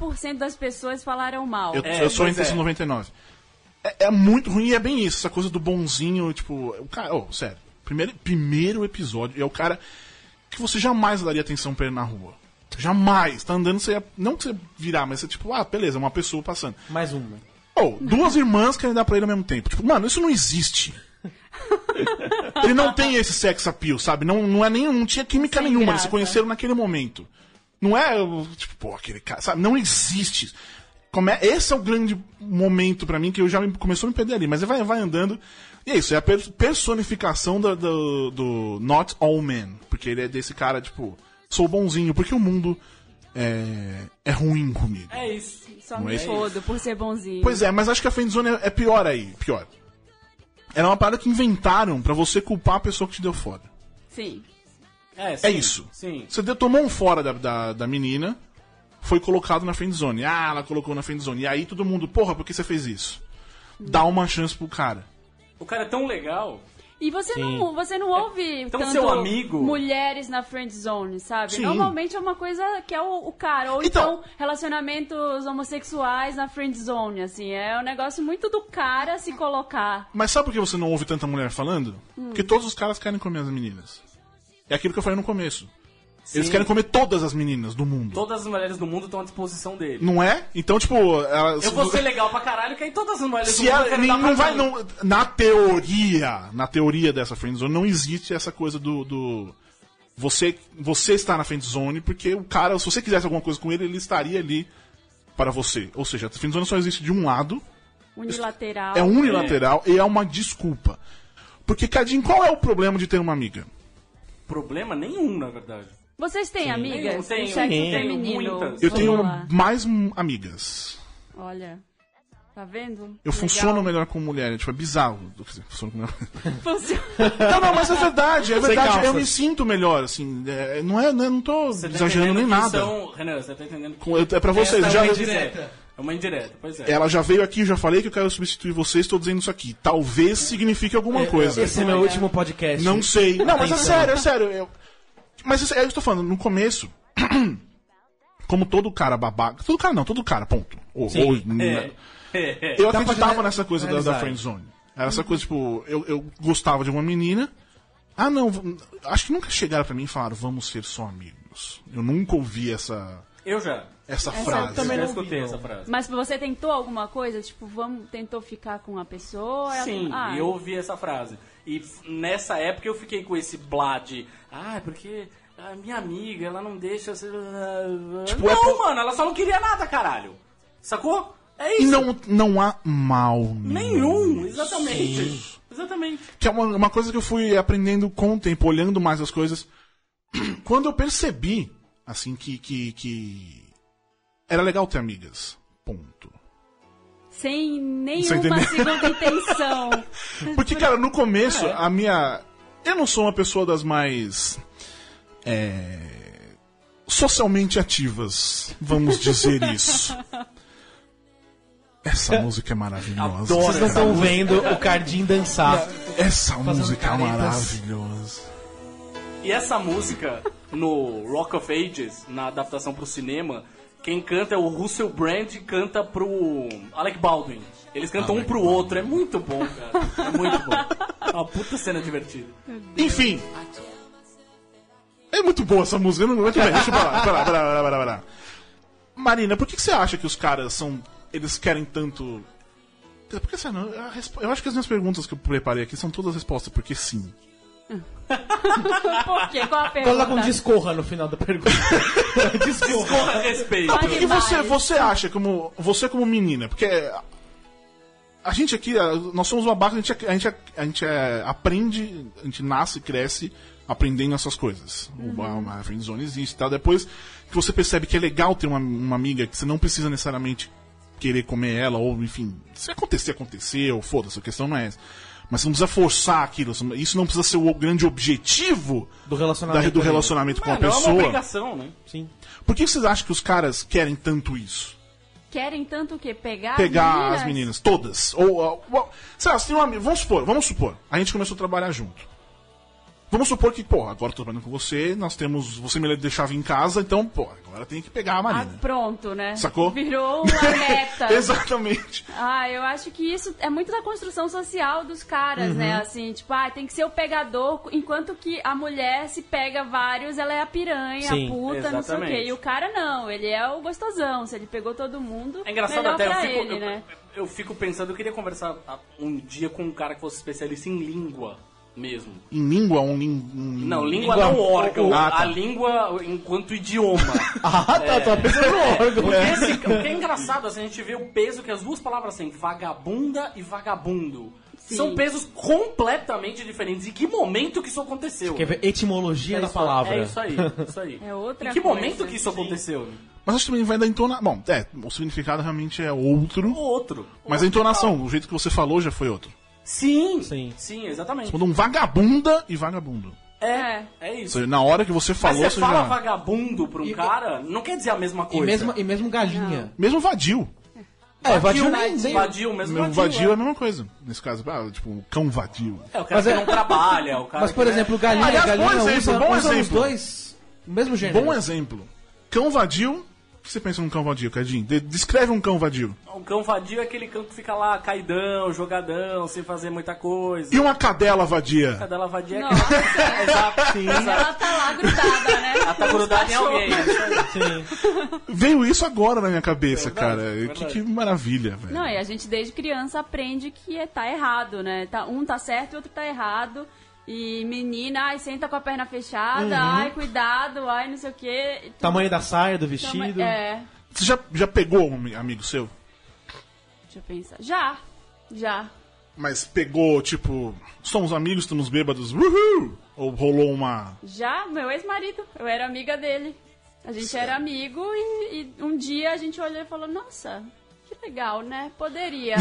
Speaker 8: 99% das pessoas falaram mal.
Speaker 6: Eu,
Speaker 5: É,
Speaker 6: eu sou
Speaker 5: pois
Speaker 6: entre
Speaker 5: é.
Speaker 6: esses 99. É, é muito ruim e é bem isso, essa coisa do bonzinho, tipo. O cara, oh, sério. Primeiro, primeiro episódio é o cara que você jamais daria atenção pra ele na rua. Jamais. Tá andando, você ia, não que você virar, mas você, tipo, ah, beleza, uma pessoa passando.
Speaker 7: Mais uma.
Speaker 6: Ou, duas irmãs querem dar pra ele ao mesmo tempo. Tipo, mano, isso não existe. ele não tem esse sex appeal, sabe? Não, não, é nem, não tinha química
Speaker 8: Sem
Speaker 6: nenhuma, eles
Speaker 8: graça.
Speaker 6: se conheceram naquele momento. Não é, eu, tipo, pô, aquele cara, sabe? Não existe. Como é- esse é o grande momento pra mim que eu já me- começou a me perder ali, mas vai, vai andando. E é isso, é a per- personificação da- do, do Not All Men. Porque ele é desse cara, tipo, sou bonzinho, porque o mundo é, é ruim comigo.
Speaker 5: é isso.
Speaker 8: Só
Speaker 6: não
Speaker 8: me
Speaker 6: é isso.
Speaker 8: fodo por ser bonzinho.
Speaker 6: Pois é, mas acho que a friendzone é- é pior aí, pior. Era uma parada que inventaram pra você culpar a pessoa que te deu fora.
Speaker 8: Sim.
Speaker 5: sim,
Speaker 6: é isso.
Speaker 5: Sim.
Speaker 6: Você deu- tomou um fora da, da, da menina, foi colocado na friendzone. Ah, ela colocou na friendzone. E aí todo mundo, porra, por que você fez isso? Dá uma chance pro cara.
Speaker 5: O cara é tão legal.
Speaker 8: E você não, você não ouve
Speaker 5: Então,
Speaker 8: tanto
Speaker 5: seu amigo-
Speaker 8: mulheres na friend zone, sabe?
Speaker 6: Sim.
Speaker 8: Normalmente é uma coisa que é o, o cara. Ou
Speaker 6: Então-
Speaker 8: então, relacionamentos homossexuais na friend zone, assim. É um negócio muito do cara se colocar.
Speaker 6: Mas sabe por que você não ouve tanta mulher falando?
Speaker 5: Hum.
Speaker 6: Porque todos os caras querem comer as meninas. É aquilo que eu falei no começo. Eles querem comer todas as meninas do mundo.
Speaker 5: Todas as mulheres do mundo estão à disposição dele.
Speaker 6: Não é? Então, tipo, elas...
Speaker 5: Eu vou ser legal pra caralho, que aí todas as mulheres do
Speaker 6: Se
Speaker 5: mundo
Speaker 6: ela,
Speaker 5: querem
Speaker 6: nem-
Speaker 5: dar pra
Speaker 6: não vai,
Speaker 5: mim.
Speaker 6: não, na teoria, na teoria dessa friendzone, não existe essa coisa do, do você, você está na friendzone porque o cara, se você quisesse alguma coisa com ele, ele estaria ali para você. Ou seja, a friendzone só existe de um lado,
Speaker 8: Unilateral.
Speaker 6: é unilateral e é uma desculpa. Porque, Cadinho, qual é o problema de ter uma amiga?
Speaker 5: Problema nenhum, na verdade.
Speaker 8: Vocês têm amigas?
Speaker 5: Tenho,
Speaker 8: do sexo
Speaker 5: tenho,
Speaker 8: feminino.
Speaker 5: muitas.
Speaker 6: Eu
Speaker 8: Vamos
Speaker 6: tenho
Speaker 8: lá.
Speaker 6: mais hum, amigas.
Speaker 8: Olha. Tá vendo?
Speaker 6: Eu
Speaker 8: Legal.
Speaker 6: funciono melhor com mulher, tipo, é bizarro. Quer dizer, funciono com mulher.
Speaker 8: Funciona.
Speaker 6: Não, não, mas é verdade, é verdade.
Speaker 7: calças.
Speaker 6: Eu me sinto melhor, assim. é, não é, não, é- não tô
Speaker 5: Você tá
Speaker 6: exagerando
Speaker 5: entendendo
Speaker 6: nem
Speaker 5: que
Speaker 6: nada.
Speaker 5: São... Renan, você tá entendendo que
Speaker 6: Com- eu- É pra vocês.
Speaker 5: essa
Speaker 6: Já,
Speaker 5: é uma indireta. É uma indireta, pois é.
Speaker 6: ela já veio aqui, já falei que eu quero substituir vocês, tô dizendo isso aqui. Talvez signifique alguma coisa.
Speaker 7: Esse é meu último podcast.
Speaker 6: Não sei. Não, mas é
Speaker 7: Atenção.
Speaker 6: sério, é sério. Eu... Mas isso- é o que eu tô falando, no começo. Como todo cara babaca. Todo cara não, todo cara, ponto. né? Ou,
Speaker 7: Sim.
Speaker 6: ou-
Speaker 5: É, é.
Speaker 6: Eu
Speaker 7: Dá pra
Speaker 6: acreditava
Speaker 7: gener-
Speaker 6: nessa coisa da, da
Speaker 7: generalizar.
Speaker 6: friendzone. Era essa coisa, tipo, eu, eu gostava de uma menina. Ah, não, v- acho que nunca chegaram pra mim e falaram, vamos ser só amigos. Eu nunca ouvi essa,
Speaker 5: Eu já.
Speaker 6: essa,
Speaker 5: Eu
Speaker 6: frase.
Speaker 7: também
Speaker 5: já
Speaker 7: não
Speaker 5: escutei
Speaker 7: vi,
Speaker 5: essa
Speaker 7: não.
Speaker 5: frase.
Speaker 8: Mas você tentou alguma coisa? Tipo, vamos, tentou ficar com a pessoa? Ela-
Speaker 5: Sim,
Speaker 8: Ah,
Speaker 5: eu ouvi essa frase. E f- nessa época eu fiquei com esse blá de. Ah, é porque a minha amiga, ela não deixa. eu ser-"
Speaker 6: é
Speaker 5: não,
Speaker 6: pro-
Speaker 5: mano, ela só não queria nada, caralho. Sacou? É
Speaker 6: E
Speaker 5: isso.
Speaker 6: não, não há mal
Speaker 5: Nenhum, exatamente. Exatamente.
Speaker 6: que é uma, uma coisa que eu fui aprendendo com o tempo, olhando mais as coisas. Quando eu percebi, assim, que, que, que era legal ter amigas. Ponto.
Speaker 8: Sem
Speaker 6: Você
Speaker 8: nenhuma
Speaker 6: entendeu?
Speaker 8: segunda intenção.
Speaker 6: Porque, cara, no começo, a minha. Eu não sou uma pessoa das mais. é, Socialmente ativas, vamos dizer isso. Essa música é maravilhosa.
Speaker 7: Vocês não estão vendo o Cardim dançar.
Speaker 6: Essa música é
Speaker 7: caretas.
Speaker 6: maravilhosa.
Speaker 5: E essa música, no Rock of Ages, na adaptação pro cinema, quem canta é o Russell Brand e canta pro Alec Baldwin. Eles cantam um pro outro, é muito bom, cara. É muito bom. É uma puta cena divertida.
Speaker 6: Enfim. É muito boa essa música. Não, muito bem, deixa eu parar, parar, parar, parar, parar. Marina, por que, que você acha que os caras são. Eles querem tanto. Quer dizer, Por que você não? a resp- Eu acho que as minhas perguntas que eu preparei aqui são todas respostas, porque sim.
Speaker 8: Por quê? Qual a pergunta?
Speaker 7: Coloca um discorra no final da pergunta. discorra.
Speaker 5: Porra, respeito.
Speaker 8: Pode
Speaker 6: E você,
Speaker 8: mais.
Speaker 6: você acha, como. Você como menina, porque. A gente aqui, a- nós somos uma barca, a gente, a gente, a gente é, aprende, a gente nasce, cresce aprendendo essas coisas. O A, a friendzone existe e tal. Depois que você percebe que é legal ter uma, uma amiga que você não precisa necessariamente querer comer ela, ou enfim, se acontecer, aconteceu, foda-se, a questão não é essa. Mas você não precisa forçar aquilo, você não- isso não precisa ser o grande objetivo
Speaker 7: Do
Speaker 6: da,
Speaker 7: relacionamento.
Speaker 6: do relacionamento com a
Speaker 5: Mano, é uma
Speaker 6: pessoa.
Speaker 5: obrigação, né?
Speaker 7: Sim.
Speaker 6: Por que vocês acham que os caras querem tanto isso?
Speaker 8: Querem tanto o quê? Pegar,
Speaker 6: pegar
Speaker 8: as meninas?
Speaker 6: as meninas, todas. Ou, ou, ou sei lá, se tem um amigo, vamos supor, vamos supor, a gente começou a trabalhar junto. Vamos supor que, porra, agora eu tô trabalhando com você, nós temos, você me deixava em casa, então, porra, agora tem que pegar a
Speaker 8: Ah,
Speaker 6: Marina.
Speaker 8: pronto, né?
Speaker 6: Sacou?
Speaker 8: Virou uma meta.
Speaker 6: Exatamente.
Speaker 8: Ah, eu acho que isso é muito da construção social dos caras, né? Assim, tipo, ah, tem que ser o pegador, enquanto que a mulher se pega vários, ela é a piranha,
Speaker 7: Sim,
Speaker 8: a puta, não sei o quê.
Speaker 5: exatamente.
Speaker 8: E o cara não, ele é o gostosão. Se ele pegou todo mundo,
Speaker 5: É engraçado
Speaker 8: melhor
Speaker 5: até, eu
Speaker 8: pra
Speaker 5: fico,
Speaker 8: ele,
Speaker 5: eu-
Speaker 8: né?
Speaker 5: eu fico pensando, eu queria conversar ah, um dia com um cara que fosse especialista em língua mesmo.
Speaker 6: Em língua, um, lin- um lin-
Speaker 5: Não, língua,
Speaker 7: Língua-
Speaker 5: não órgão,
Speaker 6: Ah, tá.
Speaker 5: a língua enquanto idioma.
Speaker 7: Ah, tá, tá pensando no órgão.
Speaker 5: Porque esse- o que é engraçado, assim, a gente vê o peso que as duas palavras têm, vagabunda e vagabundo. São pesos completamente diferentes. Em que momento que isso aconteceu?
Speaker 7: Quer ver? Etimologia da
Speaker 5: isso-
Speaker 7: é palavra.
Speaker 5: É isso aí, isso aí.
Speaker 8: É outra
Speaker 5: Em que
Speaker 8: coisa,
Speaker 5: momento que isso aconteceu?
Speaker 6: Mas acho que também vai da entonação. Bom, é, o significado realmente é outro,
Speaker 5: O outro.
Speaker 6: mas a entonação, o jeito que você falou já foi outro.
Speaker 5: Sim,
Speaker 7: Sim.
Speaker 5: sim, exatamente.
Speaker 6: Quando um vagabunda e vagabundo.
Speaker 5: É, é
Speaker 6: Ou
Speaker 5: isso.
Speaker 6: seja, na hora que você
Speaker 5: Mas
Speaker 6: falou,
Speaker 5: você
Speaker 6: você
Speaker 5: fala
Speaker 6: já...
Speaker 5: vagabundo pra um cara, não quer dizer a mesma
Speaker 7: E
Speaker 5: coisa.
Speaker 7: mesmo, e mesmo galinha.
Speaker 6: Mesmo vadio.
Speaker 7: É,
Speaker 5: Vadio,
Speaker 7: vadio nem- nem-
Speaker 5: vadio, mesmo
Speaker 6: Mesmo
Speaker 5: vadio.
Speaker 6: vadio é a
Speaker 5: é.
Speaker 6: mesma coisa. Nesse caso, ah, tipo, um cão vadio.
Speaker 5: É, o cara
Speaker 7: Mas
Speaker 5: que
Speaker 7: é-
Speaker 5: não trabalha, o cara
Speaker 7: Mas, por
Speaker 5: que-
Speaker 7: exemplo, galinha
Speaker 6: Aliás,
Speaker 7: e galinha
Speaker 6: bom exemplo,
Speaker 7: usa,
Speaker 6: bom
Speaker 7: usa os
Speaker 6: exemplo.
Speaker 7: dois o mesmo gênero.
Speaker 6: Bom exemplo. Cão vadio. O que você pensa num cão vadio, Cadinho? De- descreve um cão vadio.
Speaker 5: Um cão vadio é aquele cão que fica lá caidão, jogadão, sem fazer muita coisa.
Speaker 6: E uma cadela vadia.
Speaker 5: Cadela vadia é
Speaker 8: Não,
Speaker 5: aquela- Exato, sim.
Speaker 8: ela
Speaker 5: Exato.
Speaker 8: tá lá grudada, né?
Speaker 5: Ela tá grudada em alguém. né?
Speaker 6: Veio isso agora na minha cabeça,
Speaker 5: Verdade,
Speaker 6: cara. Que,
Speaker 5: verdade.
Speaker 6: que maravilha, velho.
Speaker 8: Não, é- e a gente desde criança aprende que é- tá errado, né? Tá, um tá certo e outro tá errado. E menina, ai, senta com a perna fechada, ai, cuidado, ai, não sei o quê. E tudo-
Speaker 7: Tamanho da saia, do vestido.
Speaker 8: É,
Speaker 6: Você já, já pegou um ami- amigo seu?
Speaker 8: deixa eu pensar. Já, já.
Speaker 6: Mas pegou, tipo, somos amigos, estamos bêbados, uhul! Ou rolou uma.
Speaker 8: Já, meu ex-marido, eu era amiga dele. A gente era amigo e, e um dia a gente olhou e falou, nossa, que legal, né? Poderia.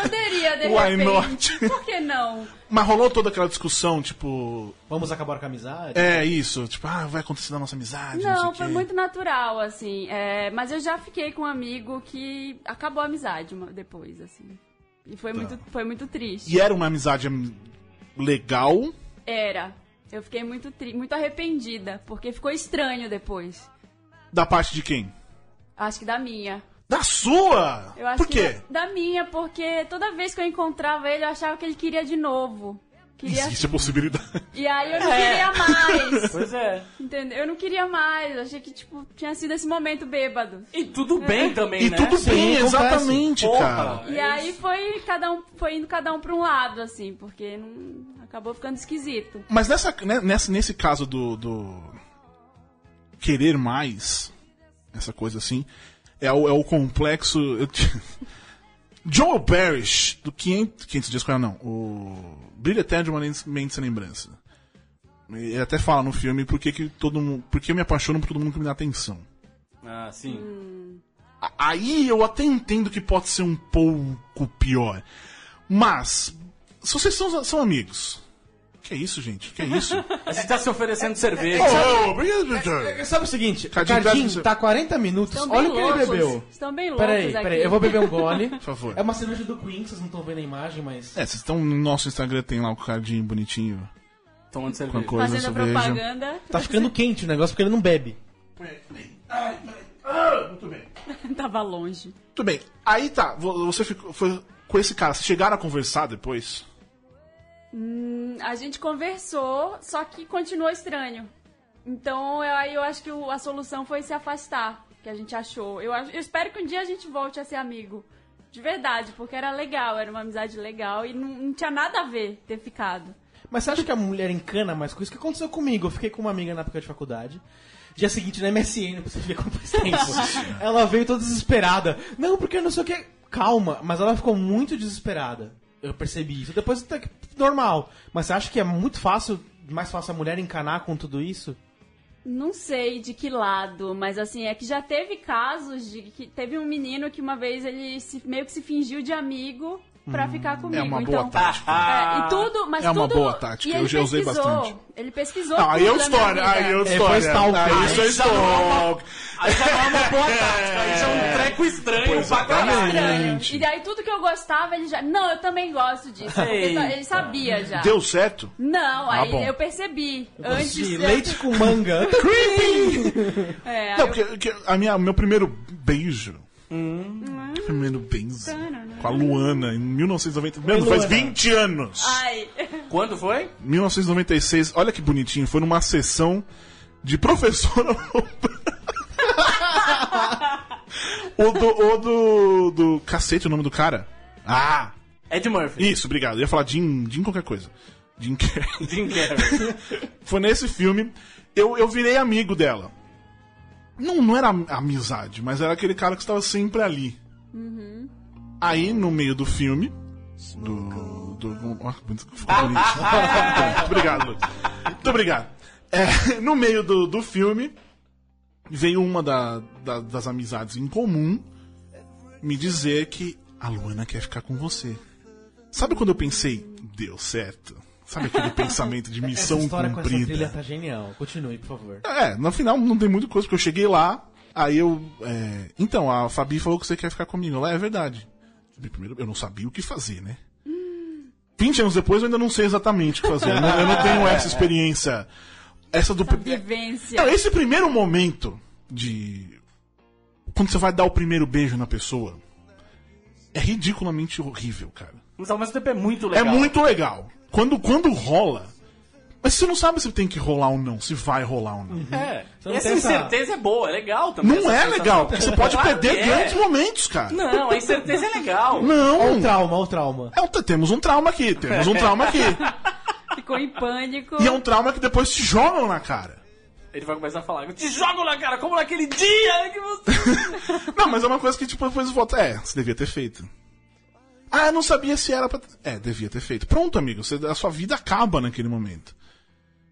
Speaker 8: Poderia, de
Speaker 6: Why
Speaker 8: repente.
Speaker 6: not?
Speaker 8: Por que não?
Speaker 6: Mas rolou toda aquela discussão, tipo.
Speaker 7: Vamos acabar com a amizade?
Speaker 6: É isso, tipo, ah, vai acontecer da nossa amizade. Não, sei
Speaker 8: Não,
Speaker 6: o
Speaker 8: foi
Speaker 6: quê.
Speaker 8: muito natural, assim. É, mas eu já fiquei com um amigo que acabou a amizade uma- depois, assim. E foi, muito, foi muito triste.
Speaker 6: Tá. E era uma amizade am- legal.
Speaker 8: Era. Eu fiquei muito, tri muito arrependida, porque ficou estranho depois.
Speaker 6: Da parte de quem?
Speaker 8: Acho que da minha.
Speaker 6: Da sua!
Speaker 8: Eu acho
Speaker 6: Por
Speaker 8: que
Speaker 6: quê?
Speaker 8: Da, da minha, porque toda vez que eu encontrava ele, eu achava que ele queria de novo. Queria...
Speaker 6: Existe a possibilidade.
Speaker 8: E aí eu não
Speaker 7: É.
Speaker 8: queria mais.
Speaker 5: Pois é.
Speaker 8: Entendeu? Eu não queria mais. Eu achei que, tipo, tinha sido esse momento bêbado.
Speaker 5: E tudo bem também,
Speaker 6: E
Speaker 5: né?
Speaker 6: tudo
Speaker 7: Sim,
Speaker 6: bem,
Speaker 7: acontece.
Speaker 6: exatamente,
Speaker 5: Porra.
Speaker 6: cara.
Speaker 7: É
Speaker 8: E aí foi cada um foi indo cada um pra um lado assim, porque não acabou ficando esquisito.
Speaker 6: Mas nessa, né, nessa, nesse caso do, do querer mais, essa coisa assim, É o, é o complexo. eu te- Joel Parrish, do 500, 500 Dias com Ela, não. O Brilho Eterno de uma Len- Mente Sem Lembrança. Ele até fala no filme por que, que todo mundo. Por que eu me apaixono por todo mundo que me dá atenção.
Speaker 5: Ah, sim.
Speaker 6: A- Aí eu até entendo que pode ser um pouco pior. Mas, se vocês são, são amigos. Que isso, gente? Que isso?
Speaker 5: Você tá se oferecendo cerveja.
Speaker 6: oh, por que-
Speaker 7: Sabe o seguinte, o
Speaker 6: Cadinho,
Speaker 7: Cardinho
Speaker 6: dá-
Speaker 7: tá 40 minutos,
Speaker 8: Estão bem
Speaker 7: olha o que ele
Speaker 8: loucos.
Speaker 7: bebeu.
Speaker 8: Estão bem loucos
Speaker 7: Peraí,
Speaker 8: aqui.
Speaker 7: peraí, eu vou beber um gole. Por
Speaker 6: favor.
Speaker 7: É uma cerveja do Queen, vocês não estão vendo a imagem, mas.
Speaker 6: É, vocês estão no nosso Instagram, tem lá o cardinho bonitinho
Speaker 5: Tomando
Speaker 6: com a
Speaker 5: cerveja.
Speaker 6: cor da
Speaker 8: Fazendo a
Speaker 6: cerveja.
Speaker 8: propaganda.
Speaker 7: Tá ficando quente o negócio porque ele não bebe.
Speaker 6: Ah, Muito bem.
Speaker 8: Tava longe.
Speaker 6: Muito bem. Aí tá, vo- você ficou foi com esse cara, vocês chegaram a conversar depois?
Speaker 8: A gente conversou, só que continuou estranho. Então eu- aí eu acho que o- a solução foi se afastar, que a gente achou. Eu, acho- eu espero que um dia a gente volte a ser amigo. De verdade, porque era legal, era uma amizade legal e não, não tinha nada a ver ter ficado.
Speaker 7: Mas você acha que a mulher encana mais com isso? O que aconteceu comigo? Eu fiquei com uma amiga na época de faculdade. Dia seguinte na MSN, pra você ver como faz tempo. ela veio toda desesperada. Não, porque não sei o que. Calma, mas ela ficou muito desesperada. Eu percebi isso. Depois tá que- normal. Mas você acha que é muito fácil, mais fácil a mulher encanar com tudo isso?
Speaker 8: Não sei de que lado, mas assim, é que já teve casos de que teve um menino que uma vez ele se- meio que se fingiu de amigo pra ficar comigo.
Speaker 6: É uma boa
Speaker 8: então,
Speaker 6: tática.
Speaker 5: Ah,
Speaker 8: É, e tudo, mas
Speaker 6: É uma
Speaker 8: tudo-
Speaker 6: boa tática,
Speaker 8: e ele
Speaker 6: eu já usei
Speaker 8: pesquisou,
Speaker 6: bastante.
Speaker 8: Ele pesquisou.
Speaker 6: não, aí é
Speaker 8: tudo da minha
Speaker 6: história,
Speaker 8: vida.
Speaker 6: aí é
Speaker 7: foi
Speaker 6: história.
Speaker 7: stalker.
Speaker 6: Aí isso é
Speaker 5: tá Aí já não é uma-
Speaker 6: stalker.
Speaker 5: Aí já não é uma boa tática, aí já é um treco estranho pra caralho.
Speaker 8: Estranho. E daí tudo que eu gostava, ele já. Não, eu também gosto disso. Porque
Speaker 5: Eita.
Speaker 8: ele sabia já.
Speaker 6: Deu certo?
Speaker 8: Não,
Speaker 6: Tá. Ah,
Speaker 8: aí
Speaker 6: bom.
Speaker 8: eu percebi. antes
Speaker 7: Sim,
Speaker 8: eu-
Speaker 7: leite com manga. Creepy!
Speaker 8: É, aí
Speaker 6: Não,
Speaker 8: eu-
Speaker 6: porque porque a minha, meu primeiro beijo.
Speaker 8: Hum.
Speaker 6: Primeiro beijo.
Speaker 8: né?
Speaker 6: Com a Luana, em 1990. Mano, faz
Speaker 7: Luana.
Speaker 6: 20 anos.
Speaker 8: Ai.
Speaker 5: Quando foi?
Speaker 6: 1996, olha que bonitinho, foi numa sessão de professora. ou do, ou do, do. Cacete, o nome do cara? Ah!
Speaker 5: Ed Murphy.
Speaker 6: Isso, obrigado. Eu ia falar Jim, Jim qualquer coisa. Jim Carrey.
Speaker 5: Jim Carrey.
Speaker 6: Foi nesse filme, eu, eu virei amigo dela. Não, não era am- amizade, mas era aquele cara que estava sempre ali. Aí, no meio do filme. Do. do ó, muito- ficou bonito. Muito obrigado, Luiz. Muito obrigado. É, no meio do, do filme, veio uma da- da- das amizades em comum me dizer que a Luana quer ficar com você. Sabe quando eu pensei, deu certo? Sabe aquele pensamento de
Speaker 7: Essa
Speaker 6: missão
Speaker 7: história com essa trilha
Speaker 6: cumprida?
Speaker 7: tá genial. Continue, por favor.
Speaker 6: É, no final não tem muita coisa, porque eu cheguei lá, aí eu. é, então, a Fabi falou que você quer ficar comigo. Lá é verdade. Primeiro, eu não sabia o que fazer, né? 20 anos depois eu ainda não sei exatamente o que fazer. Eu não, eu não tenho essa experiência. Essa do.
Speaker 8: Vivência.
Speaker 6: Então, esse primeiro momento de. Quando você vai dar o primeiro beijo na pessoa. É ridiculamente horrível, cara.
Speaker 5: Mas ao mesmo tempo é muito legal.
Speaker 6: É muito legal. Quando, quando rola. Mas você não sabe se tem que rolar ou não, se vai rolar ou não.
Speaker 5: É.
Speaker 7: não
Speaker 5: Essa
Speaker 7: tem essa-
Speaker 5: incerteza é boa, é legal também.
Speaker 6: Não
Speaker 5: essa
Speaker 6: é
Speaker 5: sensação.
Speaker 6: legal, porque você pode
Speaker 5: Claro
Speaker 6: perder
Speaker 5: que é.
Speaker 6: grandes momentos, cara.
Speaker 5: Não, a incerteza é legal.
Speaker 7: Olha o
Speaker 6: Não.
Speaker 7: trauma, olha o trauma.
Speaker 6: É um tra- temos um trauma aqui, temos um trauma aqui.
Speaker 8: Ficou em pânico.
Speaker 6: E é um trauma que depois te jogam na cara.
Speaker 5: Ele vai começar a falar, eu te jogo na cara, como naquele dia que você...
Speaker 6: Não, mas é uma coisa que tipo, depois volta. É, você devia ter feito. Ah, eu não sabia se era pra. É, devia ter feito. Pronto, amigo, você- a sua vida acaba naquele momento.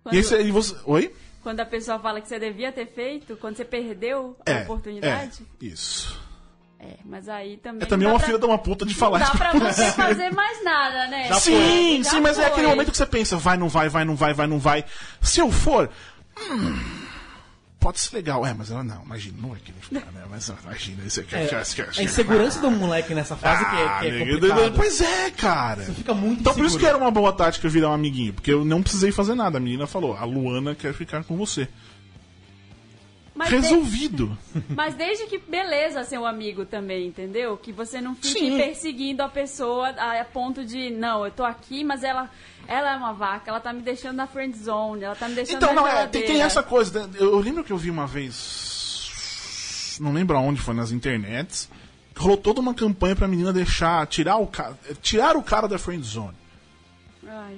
Speaker 8: Quando,
Speaker 6: E aí você. e você- Oi?
Speaker 8: quando a pessoa fala que você devia ter feito, quando você perdeu a
Speaker 6: É.
Speaker 8: oportunidade.
Speaker 6: É, isso.
Speaker 8: É. mas aí também.
Speaker 6: É também
Speaker 8: não
Speaker 6: uma
Speaker 8: dá pra-
Speaker 6: filha de uma puta de falar
Speaker 8: Não
Speaker 6: isso
Speaker 8: dá pra você
Speaker 6: você.
Speaker 8: fazer mais nada,
Speaker 7: É,
Speaker 8: né?
Speaker 6: Sim,
Speaker 8: Já
Speaker 6: sim, mas é
Speaker 8: foi.
Speaker 6: aquele momento que você pensa, vai, não vai, vai, não vai, vai, não vai. Se eu for. hum, pode ser legal. É, mas ela não, imagina, não vai querer ficar, né? Mas ah, imagina, isso aqui,
Speaker 7: É,
Speaker 6: esquece, esquece.
Speaker 7: a insegurança do moleque nessa fase que é, que é
Speaker 6: Ah, amigo,
Speaker 7: complicado.
Speaker 6: Pois é, cara.
Speaker 7: Fica muito
Speaker 6: Então por isso
Speaker 7: inseguro.
Speaker 6: que era uma boa tática virar um amiguinho, porque eu não precisei fazer nada. A menina falou, a Luana quer ficar com você.
Speaker 8: Mas
Speaker 7: é
Speaker 8: tem-
Speaker 6: Resolvido.
Speaker 8: Mas desde que beleza ser um amigo também, entendeu? Que você não fique
Speaker 6: Sim.
Speaker 8: perseguindo a pessoa a, a ponto de, não, eu tô aqui, mas ela, ela é uma vaca, ela tá me deixando na friend zone, ela tá me deixando
Speaker 6: Então,
Speaker 8: na
Speaker 6: não, é, tem, tem
Speaker 8: geladeira.
Speaker 6: essa coisa. né? Eu, eu lembro que eu vi uma vez. Não lembro aonde foi, nas internets. que Rolou toda uma campanha pra menina deixar. Tirar o, ca- eh, tirar o cara da friend zone.
Speaker 8: Ai,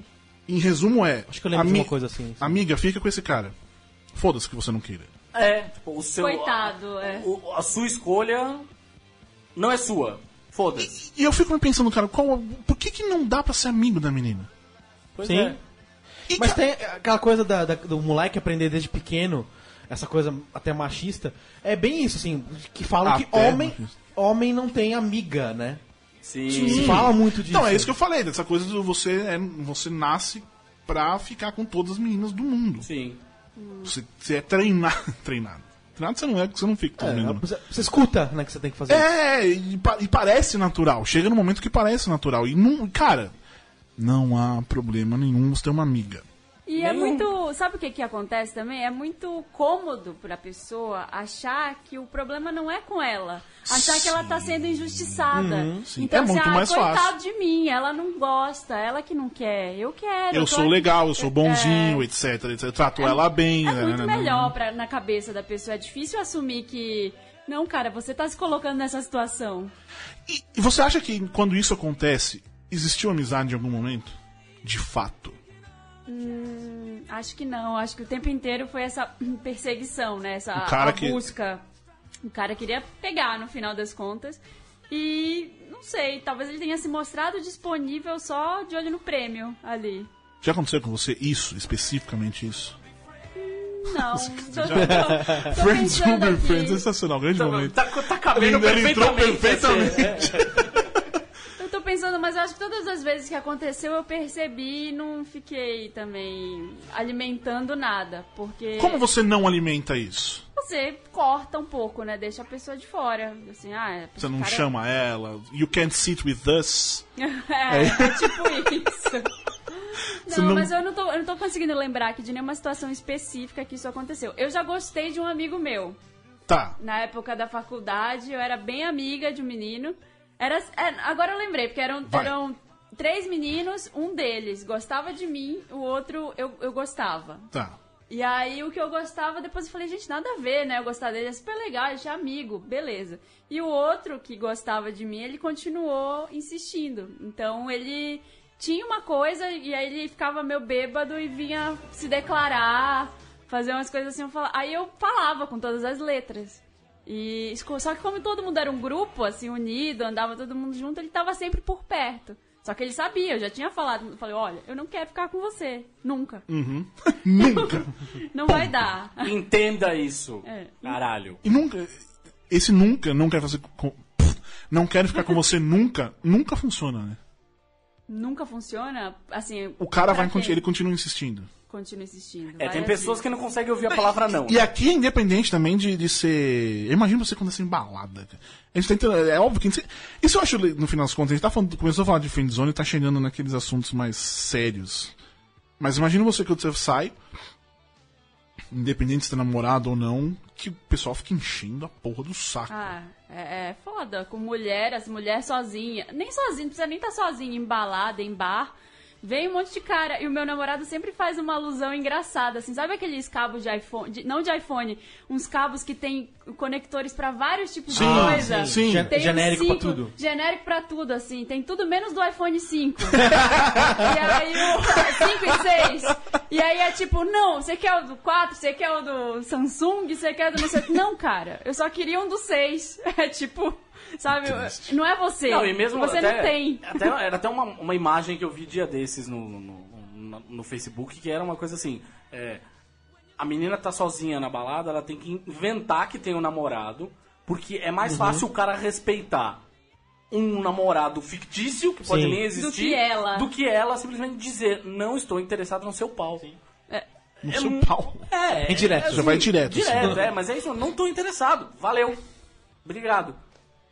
Speaker 6: Em resumo é.
Speaker 7: Acho que eu lembro de
Speaker 6: ami-
Speaker 7: uma coisa assim.
Speaker 6: Amiga, fica com esse cara. Foda-se que você não queira.
Speaker 5: É, tipo, o seu.
Speaker 6: ah,
Speaker 8: Coitado, é.
Speaker 5: o- a sua escolha não é sua. Foda-se.
Speaker 6: E eu fico me pensando, cara, qual, por que, que não dá pra ser amigo da menina?
Speaker 5: Pois
Speaker 7: Sim.
Speaker 5: é.
Speaker 6: E,
Speaker 7: Mas
Speaker 6: ca-
Speaker 7: tem aquela coisa da- da- do moleque aprender desde pequeno, essa coisa até machista. É bem isso, assim, que falam que
Speaker 6: Até
Speaker 7: homem,
Speaker 6: machista.
Speaker 7: homem não tem amiga, né?
Speaker 5: Sim.
Speaker 7: Se fala muito disso.
Speaker 6: Então, é isso que eu falei, dessa coisa do você, é, você nasce pra ficar com todas as meninas do mundo.
Speaker 5: Sim.
Speaker 6: Você, você é treinado. Treinado. Treinado você não é, porque você não fica com todo
Speaker 7: É,
Speaker 6: mundo.
Speaker 7: você, você escuta, né, que você tem que fazer.
Speaker 6: É, e, pa- e parece natural. Chega no momento que parece natural. E não. Cara, não há problema nenhum você ter uma amiga.
Speaker 8: E é
Speaker 5: Nenhum.
Speaker 8: muito. Sabe o que, que acontece também? É muito cômodo pra pessoa achar que o problema não é com ela. Achar que ela tá sendo injustiçada.
Speaker 6: sim.
Speaker 8: Então,
Speaker 6: É
Speaker 8: assim,
Speaker 6: muito
Speaker 8: ah,
Speaker 6: mais
Speaker 8: coitado
Speaker 6: fácil.
Speaker 8: de mim, ela não gosta, ela que não quer. Eu quero.
Speaker 6: Eu
Speaker 8: tô
Speaker 6: sou
Speaker 8: aqui.
Speaker 6: legal, eu sou bonzinho,
Speaker 8: É.
Speaker 6: etc, etc. Eu Trato ela bem. né,
Speaker 8: É muito
Speaker 6: nananana.
Speaker 8: melhor pra, na cabeça da pessoa. É difícil assumir que. Não, cara, você tá se colocando nessa situação.
Speaker 6: E, e você acha que quando isso acontece, existiu amizade em algum momento? De fato.
Speaker 8: Hum, acho que não. Acho que o tempo inteiro foi essa perseguição, né? Essa
Speaker 6: O cara
Speaker 8: a
Speaker 6: que-
Speaker 8: busca. O cara queria pegar, no final das contas. E não sei, talvez ele tenha se mostrado disponível só de olho no prêmio ali.
Speaker 6: Já aconteceu com você isso, especificamente isso?
Speaker 8: Não. tô, tô, tô
Speaker 6: Friends
Speaker 8: pensando
Speaker 6: Uber
Speaker 8: aqui.
Speaker 6: Friends, sensacional, grande momento.
Speaker 5: Tá, tá cabendo
Speaker 6: Ele entrou
Speaker 5: perfeitamente.
Speaker 6: perfeitamente.
Speaker 5: assim,
Speaker 8: Eu tô pensando, mas eu acho que todas as vezes que aconteceu eu percebi e não fiquei também alimentando nada. Porque.
Speaker 6: Como você não alimenta isso?
Speaker 8: você corta um pouco, né? Deixa a pessoa de fora. Assim, ah, é porque
Speaker 6: Você não
Speaker 8: o cara-
Speaker 6: chama ela? You can't sit with us?
Speaker 8: É, é tipo isso.
Speaker 6: Você
Speaker 8: Não,
Speaker 6: não-
Speaker 8: mas eu não, tô, eu não tô conseguindo lembrar aqui de nenhuma situação específica que isso aconteceu. Eu já gostei de um amigo meu.
Speaker 6: Tá.
Speaker 8: Na época da faculdade, eu era bem amiga de um menino. Era, é, agora eu lembrei, porque eram,
Speaker 6: Vai.
Speaker 8: eram três meninos, um deles gostava de mim, o outro eu, eu gostava.
Speaker 6: Tá.
Speaker 8: E aí o que eu gostava, depois eu falei, gente, nada a ver, né? Eu gostava dele, é super legal, ele é amigo, beleza. E o outro que gostava de mim, ele continuou insistindo. Então ele tinha uma coisa e aí ele ficava meio bêbado e vinha se declarar, fazer umas coisas assim. Eu falava... Aí eu falava com todas as letras. E esco- só que como todo mundo era um grupo, assim, unido, andava todo mundo junto, ele tava sempre por perto. Só que ele sabia, eu já tinha falado, eu falei, olha, eu não quero ficar com você, nunca.
Speaker 6: Nunca.
Speaker 8: Não vai dar.
Speaker 5: é. Entenda isso.
Speaker 8: É.
Speaker 5: Caralho.
Speaker 6: E nunca. Esse nunca, não quero fazer. com- pff, não quero ficar com você nunca, nunca funciona, né?
Speaker 8: Nunca funciona? Assim,
Speaker 6: O cara
Speaker 8: pra
Speaker 6: vai.
Speaker 8: quem
Speaker 6: conti- Ele continua insistindo.
Speaker 8: Continua insistindo.
Speaker 5: É, tem
Speaker 8: várias
Speaker 5: pessoas
Speaker 8: vezes.
Speaker 5: que não conseguem ouvir a palavra não.
Speaker 6: E aqui é independente também de, de ser. Eu imagino você quando assim, embalada. cara. A gente tá entrando- É óbvio que. a gente- Isso eu acho, no final das contas, a gente tá falando, começou a falar de friendzone e tá chegando naqueles assuntos mais sérios. Mas imagina você que você sai, independente se tá namorado ou não, que o pessoal fica enchendo a porra do saco.
Speaker 8: Ah, é, é foda. Com mulher, assim, mulher sozinha. Nem sozinha, não precisa nem estar sozinha, embalada, em bar. Vem um monte de cara. E o meu namorado sempre faz uma alusão engraçada, assim. Sabe aqueles cabos de iPhone? de- não de iPhone, uns cabos que tem conectores pra vários tipos
Speaker 6: Sim,
Speaker 8: de coisa.
Speaker 6: sim, sim.
Speaker 7: Gen-
Speaker 8: Ah, Tem um
Speaker 7: genérico pra
Speaker 8: cinco-
Speaker 7: tudo.
Speaker 8: Genérico pra tudo, assim. Tem tudo menos do iPhone 5. e aí o 5 e 6. E aí é tipo, não, você quer o do 4, você quer o do Samsung, você quer o do não sei o que. Não, cara, eu só queria um do 6. É tipo, sabe,
Speaker 6: Triste.
Speaker 8: não é você.
Speaker 5: Não, e mesmo
Speaker 8: você
Speaker 5: até-
Speaker 8: não tem.
Speaker 5: até- era até uma, uma imagem que eu vi dia desses no, no, no Facebook que era uma coisa assim. é, a menina tá sozinha na balada, ela tem que inventar que tem um namorado, porque é mais
Speaker 6: Uhum.
Speaker 5: fácil o cara respeitar um namorado fictício, que pode
Speaker 7: Sim.
Speaker 5: nem existir,
Speaker 8: Do que ela.
Speaker 5: do que ela simplesmente dizer, não estou interessado no seu pau.
Speaker 6: No seu pau.
Speaker 5: É,
Speaker 7: É direto.
Speaker 6: Já vai direto,
Speaker 5: Direto,
Speaker 6: assim.
Speaker 5: é, mas é isso, eu não tô interessado. Valeu. Obrigado.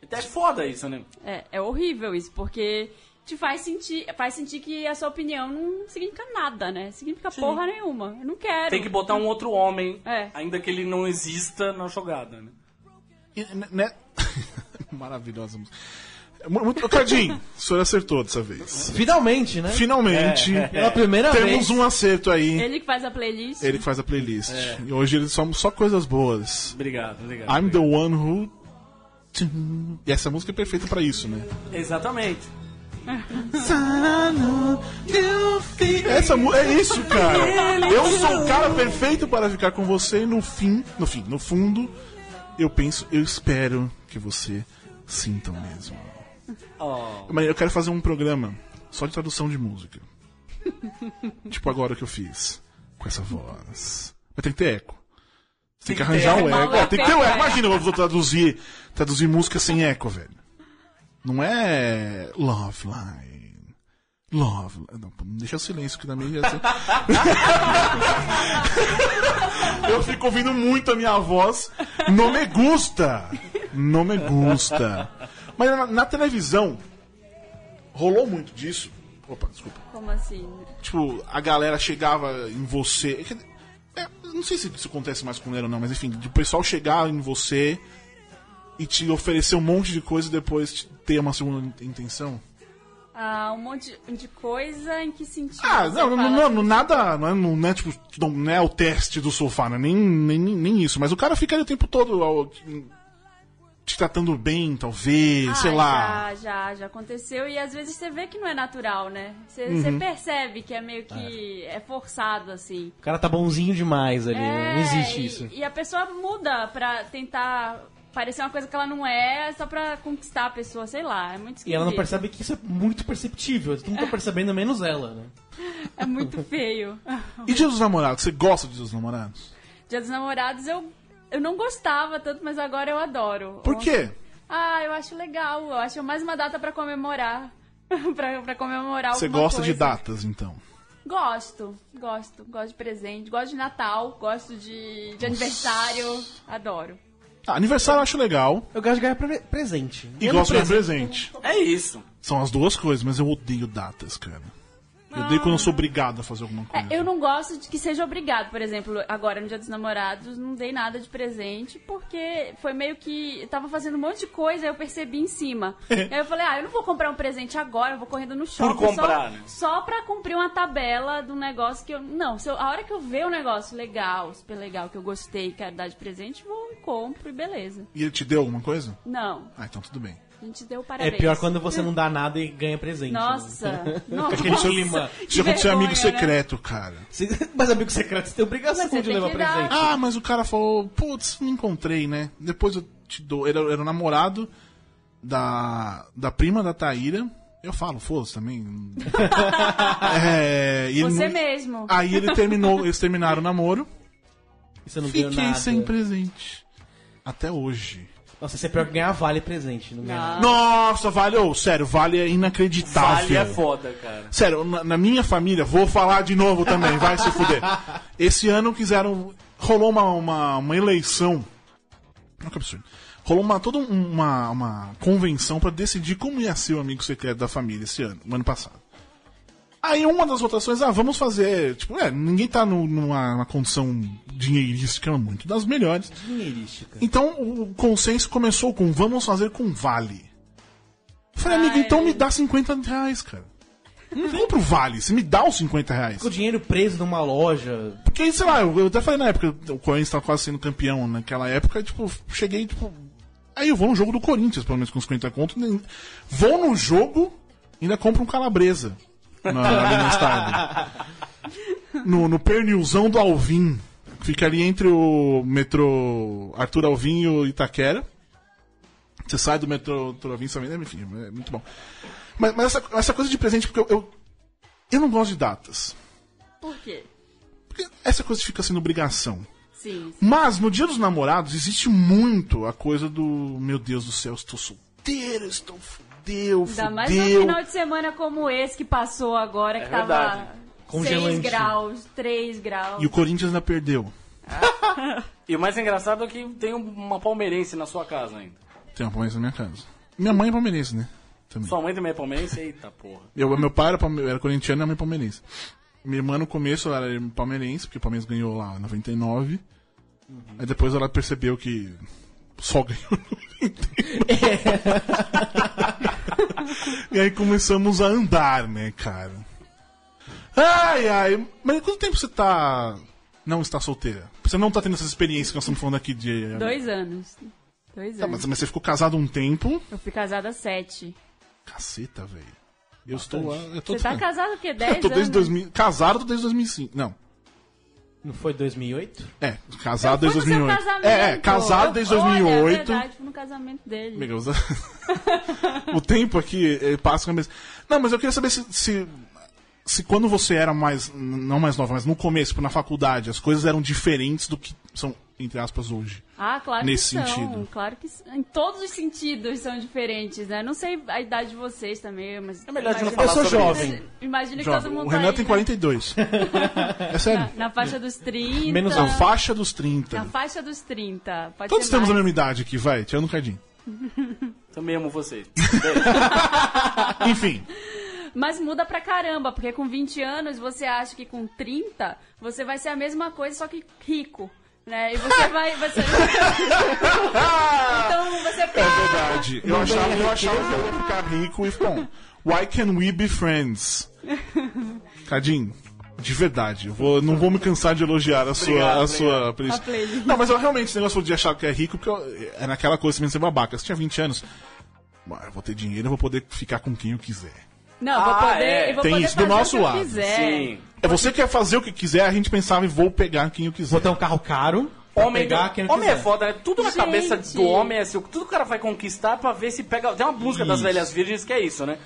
Speaker 5: Até é foda isso, né?
Speaker 8: É, é horrível isso, porque te faz sentir, faz sentir que a sua opinião não significa nada, né? Significa porra nenhuma. Eu não quero.
Speaker 5: Tem que botar um outro homem,
Speaker 8: É.
Speaker 5: ainda que ele não exista na jogada, né?
Speaker 6: E, né- né- Maravilhosa música. Mu- Muito... Cardinho, o senhor acertou dessa vez.
Speaker 7: Finalmente, né?
Speaker 6: Finalmente,
Speaker 7: Pela primeira
Speaker 6: temos
Speaker 7: vez.
Speaker 6: um acerto aí.
Speaker 8: Ele que faz a playlist.
Speaker 6: Ele que faz a playlist.
Speaker 7: É.
Speaker 6: E hoje eles somos só coisas boas.
Speaker 5: Obrigado, obrigado.
Speaker 6: I'm the one who. Tchum. E essa música é perfeita pra isso, né?
Speaker 5: Exatamente.
Speaker 6: Essa mu- é isso, cara. Eu sou o cara perfeito para ficar com você no fim, no fim, no fundo. Eu penso, eu espero que você sinta o mesmo. Mas eu quero fazer um programa só de tradução de música. tipo agora que eu fiz com essa voz. Mas tem que ter eco. Tem, que arranjar um eco. É, tem que ter um eco. Imagina, eu vou traduzir, traduzir música sem eco, velho. Não é Love Line. Love. Não, deixa o silêncio que na minha. Eu fico ouvindo muito a minha voz. Não me gusta! Não me gusta. Mas na, na televisão, rolou muito disso. Opa, desculpa.
Speaker 8: Como assim?
Speaker 6: Tipo, a galera chegava em você. Quer dizer, é, não sei se isso acontece mais com mulher ou não, mas enfim, o pessoal chegar em você e te oferecer um monte de coisa e depois te- ter uma segunda in- intenção.
Speaker 8: Ah, um monte de coisa em que sentido?
Speaker 6: Ah,
Speaker 8: Você
Speaker 6: não, não,
Speaker 8: fala assim.
Speaker 6: não, não, nada, não é, não é, tipo, não, não é o teste do sofá, né? nem, nem, nem isso, mas o cara fica ali o tempo todo ao- te tratando bem, talvez,
Speaker 8: Ah,
Speaker 6: sei lá.
Speaker 8: Já, já, já aconteceu. E às vezes você vê que não é natural, né? Você, você percebe que é meio que é forçado, assim.
Speaker 7: O cara tá bonzinho demais ali. né? não existe
Speaker 8: É, e,
Speaker 7: isso.
Speaker 8: E a pessoa muda pra tentar parecer uma coisa que ela não é, só pra conquistar a pessoa, sei lá. É muito
Speaker 7: E ela não
Speaker 8: esquisito.
Speaker 7: percebe que isso é muito perceptível. Todo mundo tá percebendo, menos ela, né?
Speaker 8: É muito feio.
Speaker 6: E Dia dos Namorados, você gosta de Dia dos Namorados?
Speaker 8: Dia dos Namorados eu, eu não gostava tanto, mas agora eu adoro.
Speaker 6: Por quê?
Speaker 8: Ah, eu acho legal. Eu acho mais uma data pra comemorar. pra, pra comemorar
Speaker 6: Você
Speaker 8: alguma
Speaker 6: gosta de
Speaker 8: coisa.
Speaker 6: datas, então.
Speaker 8: Gosto, gosto, gosto de presente, gosto de Natal, gosto de, de aniversário, adoro.
Speaker 6: Ah, aniversário eu acho legal
Speaker 7: Eu gosto de ganhar pre- presente.
Speaker 6: e
Speaker 7: Eu não
Speaker 6: gosto de presente.
Speaker 5: É isso.
Speaker 6: São as duas coisas, mas eu odeio datas, cara. Eu odeio quando eu sou obrigado a fazer alguma
Speaker 7: Uhum.
Speaker 8: É,
Speaker 6: coisa.
Speaker 8: eu não gosto de que seja obrigado, por exemplo, agora no Dia dos Namorados, não dei nada de presente, porque foi meio que. Eu tava fazendo um monte de coisa aí eu percebi em cima. aí eu falei, ah, eu não vou comprar um presente agora, eu vou correndo no shopping.
Speaker 5: comprar,
Speaker 8: só,
Speaker 5: né?
Speaker 8: só pra cumprir uma tabela de um negócio que eu. Não, se eu- a hora que eu ver um negócio legal, super legal, que eu gostei, quero dar de presente, vou e compro e beleza.
Speaker 6: E ele te deu alguma coisa?
Speaker 8: Não,
Speaker 6: Ah, então tudo bem.
Speaker 8: a gente deu
Speaker 7: É
Speaker 8: parabéns.
Speaker 7: pior quando você não dá nada e ganha presente. né?
Speaker 8: Nossa! nossa
Speaker 7: Aquele clima.
Speaker 8: que
Speaker 6: Isso aconteceu em amigo
Speaker 8: vergonha, né?
Speaker 6: secreto, cara.
Speaker 7: Você- Mas amigo secreto, você tem obrigação
Speaker 8: Mas você
Speaker 7: de
Speaker 8: tem
Speaker 7: levar
Speaker 8: que dar.
Speaker 7: presente.
Speaker 6: Ah, mas o cara falou, putz, não encontrei, né? Depois eu te dou. Era, era o namorado da, da prima da Taíra. Eu falo, foda-se também. É, e ele
Speaker 8: Você
Speaker 6: não-
Speaker 8: mesmo.
Speaker 7: Ah,
Speaker 6: Aí ele terminou, eles terminaram o namoro.
Speaker 7: E você não ganhou
Speaker 6: Fiquei
Speaker 7: nada.
Speaker 6: sem presente. Até hoje.
Speaker 7: Nossa, isso é pior que ganhar vale presente. Não
Speaker 8: Ah.
Speaker 7: ganha nada.
Speaker 6: Nossa, vale, ô, sério, vale é inacreditável.
Speaker 5: Ah. Vale é foda, cara.
Speaker 6: Sério, na, na minha família, vou falar de novo também, vai se fuder. Esse ano quiseram. Rolou uma, uma, uma eleição. Olha que absurdo. Rolou uma, toda um- uma, uma convenção pra decidir como ia ser o amigo secreto da família esse ano, no ano passado. Aí uma das votações, ah, vamos fazer. Tipo, é, ninguém tá no- numa numa condição dinheirística muito das melhores.
Speaker 7: Dinheirística.
Speaker 6: Então o consenso começou com vamos fazer com vale. Eu falei, amigo,
Speaker 8: Ai.
Speaker 6: então me dá 50 reais, cara. Não compra o vale, você me dá os 50 reais.
Speaker 7: Com o dinheiro preso numa loja.
Speaker 6: Porque, sei lá, eu eu até falei na época, o Corinthians tava quase sendo campeão naquela época, tipo, cheguei, tipo. Aí eu vou no jogo do Corinthians, pelo menos com 50 conto. nem- Vou no jogo e ainda compro um calabresa na, ali no estádio. No, no pernilzão do Alvim. Fica ali entre o metrô Arthur Alvim e o Itaquera. Você sai do metrô Arthur Alvim, você vem, né? enfim, é muito bom. Mas, mas essa, essa coisa de presente, porque eu- eu, eu não gosto de datas.
Speaker 8: Por quê?
Speaker 6: Porque essa coisa fica sendo obrigação.
Speaker 8: Sim. sim.
Speaker 6: Mas no dia dos namorados existe muito a coisa do meu Deus do céu, estou solteiro, estou fudeu,
Speaker 8: Ainda
Speaker 6: fudeu. É
Speaker 8: mais num final de semana como esse que passou agora, que tava
Speaker 5: verdade.
Speaker 8: 6
Speaker 7: Congelante.
Speaker 8: graus, 3 graus.
Speaker 6: E o Corinthians ainda perdeu.
Speaker 5: E o mais engraçado é que tem uma palmeirense na sua casa ainda.
Speaker 6: Tem uma palmeirense na minha casa. Minha mãe é palmeirense, né? Também.
Speaker 5: Sua mãe também é palmeirense? Eita porra.
Speaker 6: Eu, meu pai era, palme... era corintiano e minha mãe é palmeirense. Minha irmã no começo ela era palmeirense, porque o Palmeiras ganhou lá em 99.
Speaker 8: Uhum.
Speaker 6: Aí depois ela percebeu que só ganhou em 99. E aí começamos a andar, né, cara? Ai, ai. Mas quanto tempo você tá. Não está solteira? Você não tá tendo essas experiências que nós estamos falando aqui de.
Speaker 8: Dois anos. Dois
Speaker 6: Tá,
Speaker 8: anos.
Speaker 6: mas, mas você ficou casado um tempo.
Speaker 8: Eu fui casada há sete.
Speaker 6: Caceta, velho. Eu estou. Eu tô,
Speaker 8: Você tá casado o quê? 10
Speaker 6: eu tô desde
Speaker 8: anos?
Speaker 6: 2000. Casado, eu tô desde 2005. Não.
Speaker 7: Não foi 2008?
Speaker 6: É, casado desde
Speaker 8: Foi no seu
Speaker 6: 2008.
Speaker 8: casamento.
Speaker 6: É, é, casado desde
Speaker 8: Olha, é
Speaker 6: 2008.
Speaker 8: verdade, foi no casamento dele.
Speaker 6: Amiga, usa- o tempo aqui eh, passa com a cabeça. Não, mas eu queria saber se, se, se quando você era mais. Não mais nova, mas no começo, tipo, na faculdade, as coisas eram diferentes do que são, entre aspas, hoje.
Speaker 8: Ah, claro
Speaker 6: Nesse
Speaker 8: que são.
Speaker 6: sentido.
Speaker 8: Claro que s- em todos os sentidos são diferentes, né? Não sei a idade de vocês também, mas. É
Speaker 5: melhor a gente não
Speaker 7: Eu
Speaker 5: falar
Speaker 7: sou
Speaker 5: sobre
Speaker 7: jovem.
Speaker 8: Imagino que
Speaker 6: Jovem,
Speaker 8: todo mundo
Speaker 6: o Renan
Speaker 8: tá aí,
Speaker 6: tem
Speaker 8: né?
Speaker 6: 42. é sério.
Speaker 8: Na faixa dos 30.
Speaker 7: Menos
Speaker 6: Na faixa dos 30.
Speaker 8: Na faixa dos 30. Pode
Speaker 6: Todos
Speaker 8: ser
Speaker 6: temos a
Speaker 8: mais.
Speaker 6: mesma idade aqui, vai, tirando um cadinho.
Speaker 5: Também amo vocês.
Speaker 6: Enfim,
Speaker 8: Mas muda pra caramba, porque com 20 anos você acha que com 30 você vai ser a mesma coisa, só que rico. Né? E você vai. Você... então você
Speaker 6: é
Speaker 8: pensa.
Speaker 6: verdade. Eu achava, eu achava que eu ia ficar rico e bom. Why can we be friends? Cadinho, de verdade, eu vou, não vou me cansar de elogiar a sua,
Speaker 5: Obrigado,
Speaker 6: a sua playlist.
Speaker 8: A playlist.
Speaker 6: Não, mas eu realmente esse negócio de achar que é rico, porque eu, era aquela coisa mesmo ser babaca. Você tinha 20 anos. "Bah, Eu vou ter dinheiro, eu vou poder ficar com quem eu quiser.
Speaker 8: Não, vou
Speaker 5: Ah,
Speaker 8: poder.
Speaker 5: é.
Speaker 8: eu vou
Speaker 6: Tem
Speaker 8: poder
Speaker 6: isso do
Speaker 8: fazer
Speaker 6: nosso
Speaker 8: o que
Speaker 6: lado.
Speaker 8: Eu quiser.
Speaker 5: Sim.
Speaker 6: É você que quer fazer o que quiser, a gente pensava em vou pegar quem eu quiser.
Speaker 7: Vou ter um carro caro. pra
Speaker 5: Homem,
Speaker 7: pegar
Speaker 5: do-
Speaker 7: quem não
Speaker 5: homem é
Speaker 7: quiser.
Speaker 5: foda, né? Tudo na
Speaker 8: Gente.
Speaker 5: cabeça do homem é assim. Tudo que o cara vai conquistar pra ver se pega. Tem uma música das
Speaker 6: Isso.
Speaker 5: velhas virgens que é isso, né?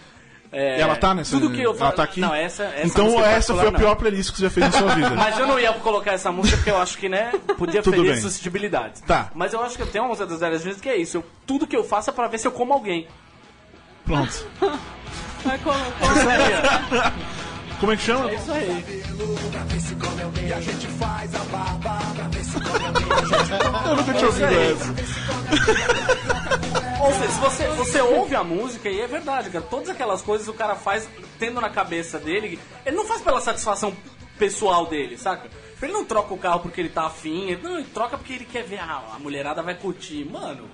Speaker 5: É,
Speaker 6: Ela tá nessa.
Speaker 5: Tudo que eu
Speaker 6: ela
Speaker 5: falo.
Speaker 6: tá aqui.
Speaker 5: Não, essa, essa
Speaker 6: então
Speaker 5: música em
Speaker 6: essa foi a
Speaker 5: particular, não.
Speaker 6: pior playlist que você já fez na sua vida.
Speaker 5: Mas eu não ia colocar essa música porque eu acho que, né, podia
Speaker 6: Tudo
Speaker 5: ferir
Speaker 6: bem.
Speaker 5: suscetibilidades.
Speaker 6: Tá.
Speaker 5: Mas eu acho que eu tenho uma música das velhas virgens que é isso. Eu- tudo que eu faço é pra ver se eu como alguém.
Speaker 6: Pronto.
Speaker 8: Vai colocar.
Speaker 6: Como é que chama? Eu nunca tinha ouvido essa.
Speaker 5: Ou seja, se você, você ouve a música e é verdade, cara. Todas aquelas coisas o cara faz tendo na cabeça dele. Ele não faz pela satisfação pessoal dele, saca? Ele não troca o carro porque ele tá afim, ele, não, ele troca porque ele quer ver, ah, a mulherada vai curtir. Mano,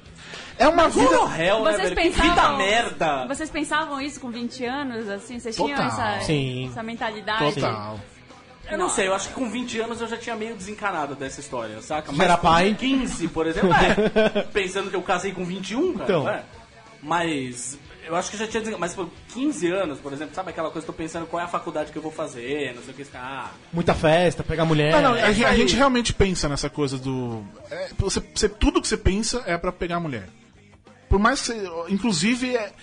Speaker 6: É uma vida.
Speaker 5: como réu, né,
Speaker 8: Vocês
Speaker 5: velho? Que vida
Speaker 8: pensavam,
Speaker 5: merda!
Speaker 8: Vocês pensavam isso com 20 anos, assim? Vocês tinham
Speaker 6: Total.
Speaker 8: essa,
Speaker 7: Sim.
Speaker 8: essa mentalidade?
Speaker 6: Total.
Speaker 5: Eu não sei, eu acho que com 20 anos eu já tinha meio desencanado dessa história, saca?
Speaker 7: Já era
Speaker 5: com
Speaker 7: pai?
Speaker 5: 15, por exemplo, é. Pensando que eu casei com 21, cara,
Speaker 7: Então.
Speaker 5: é. Mas eu acho que já tinha desencanado. Mas por 15 anos, por exemplo, sabe aquela coisa que eu tô pensando qual é a faculdade que eu vou fazer, não sei o que, ah,
Speaker 7: Muita festa, pegar mulher.
Speaker 6: Não, não, a,
Speaker 5: É
Speaker 6: gente-
Speaker 5: isso
Speaker 6: a
Speaker 5: aí.
Speaker 6: gente realmente pensa nessa coisa do. é, você, você- tudo que você pensa é pra pegar a mulher. Por mais que você, Inclusive, é-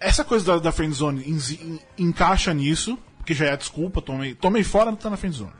Speaker 6: essa coisa da, da friendzone enzi- en- encaixa nisso, porque já é a desculpa, tomei, tomei fora, não tá na friendzone.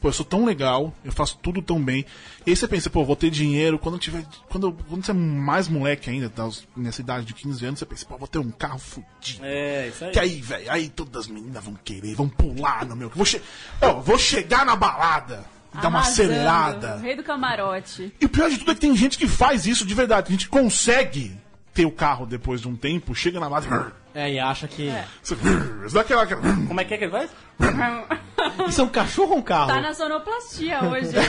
Speaker 6: Pô, eu sou tão legal, eu faço tudo tão bem. E aí você pensa, pô, vou ter dinheiro. Quando eu tiver. Quando, eu- quando você é mais moleque ainda, tá, os- nessa idade de 15 anos, você pensa, pô, vou ter um carro fudido.
Speaker 5: É, isso aí.
Speaker 6: Que aí, velho, aí todas as meninas vão querer, vão pular no meu. Vou, che... Ó, vou chegar na balada, dar uma
Speaker 8: Arrasando,
Speaker 6: acelerada.
Speaker 8: Rei do camarote.
Speaker 6: E o pior de tudo é que tem gente que faz isso de verdade. A gente consegue ter o carro depois de um tempo, chega na balada.
Speaker 7: É, e acha que.
Speaker 6: Você você dá aquela. aquela-
Speaker 5: Como é que é que ele faz?
Speaker 7: Isso é um cachorro ou um carro?
Speaker 8: Tá na sonoplastia hoje. né?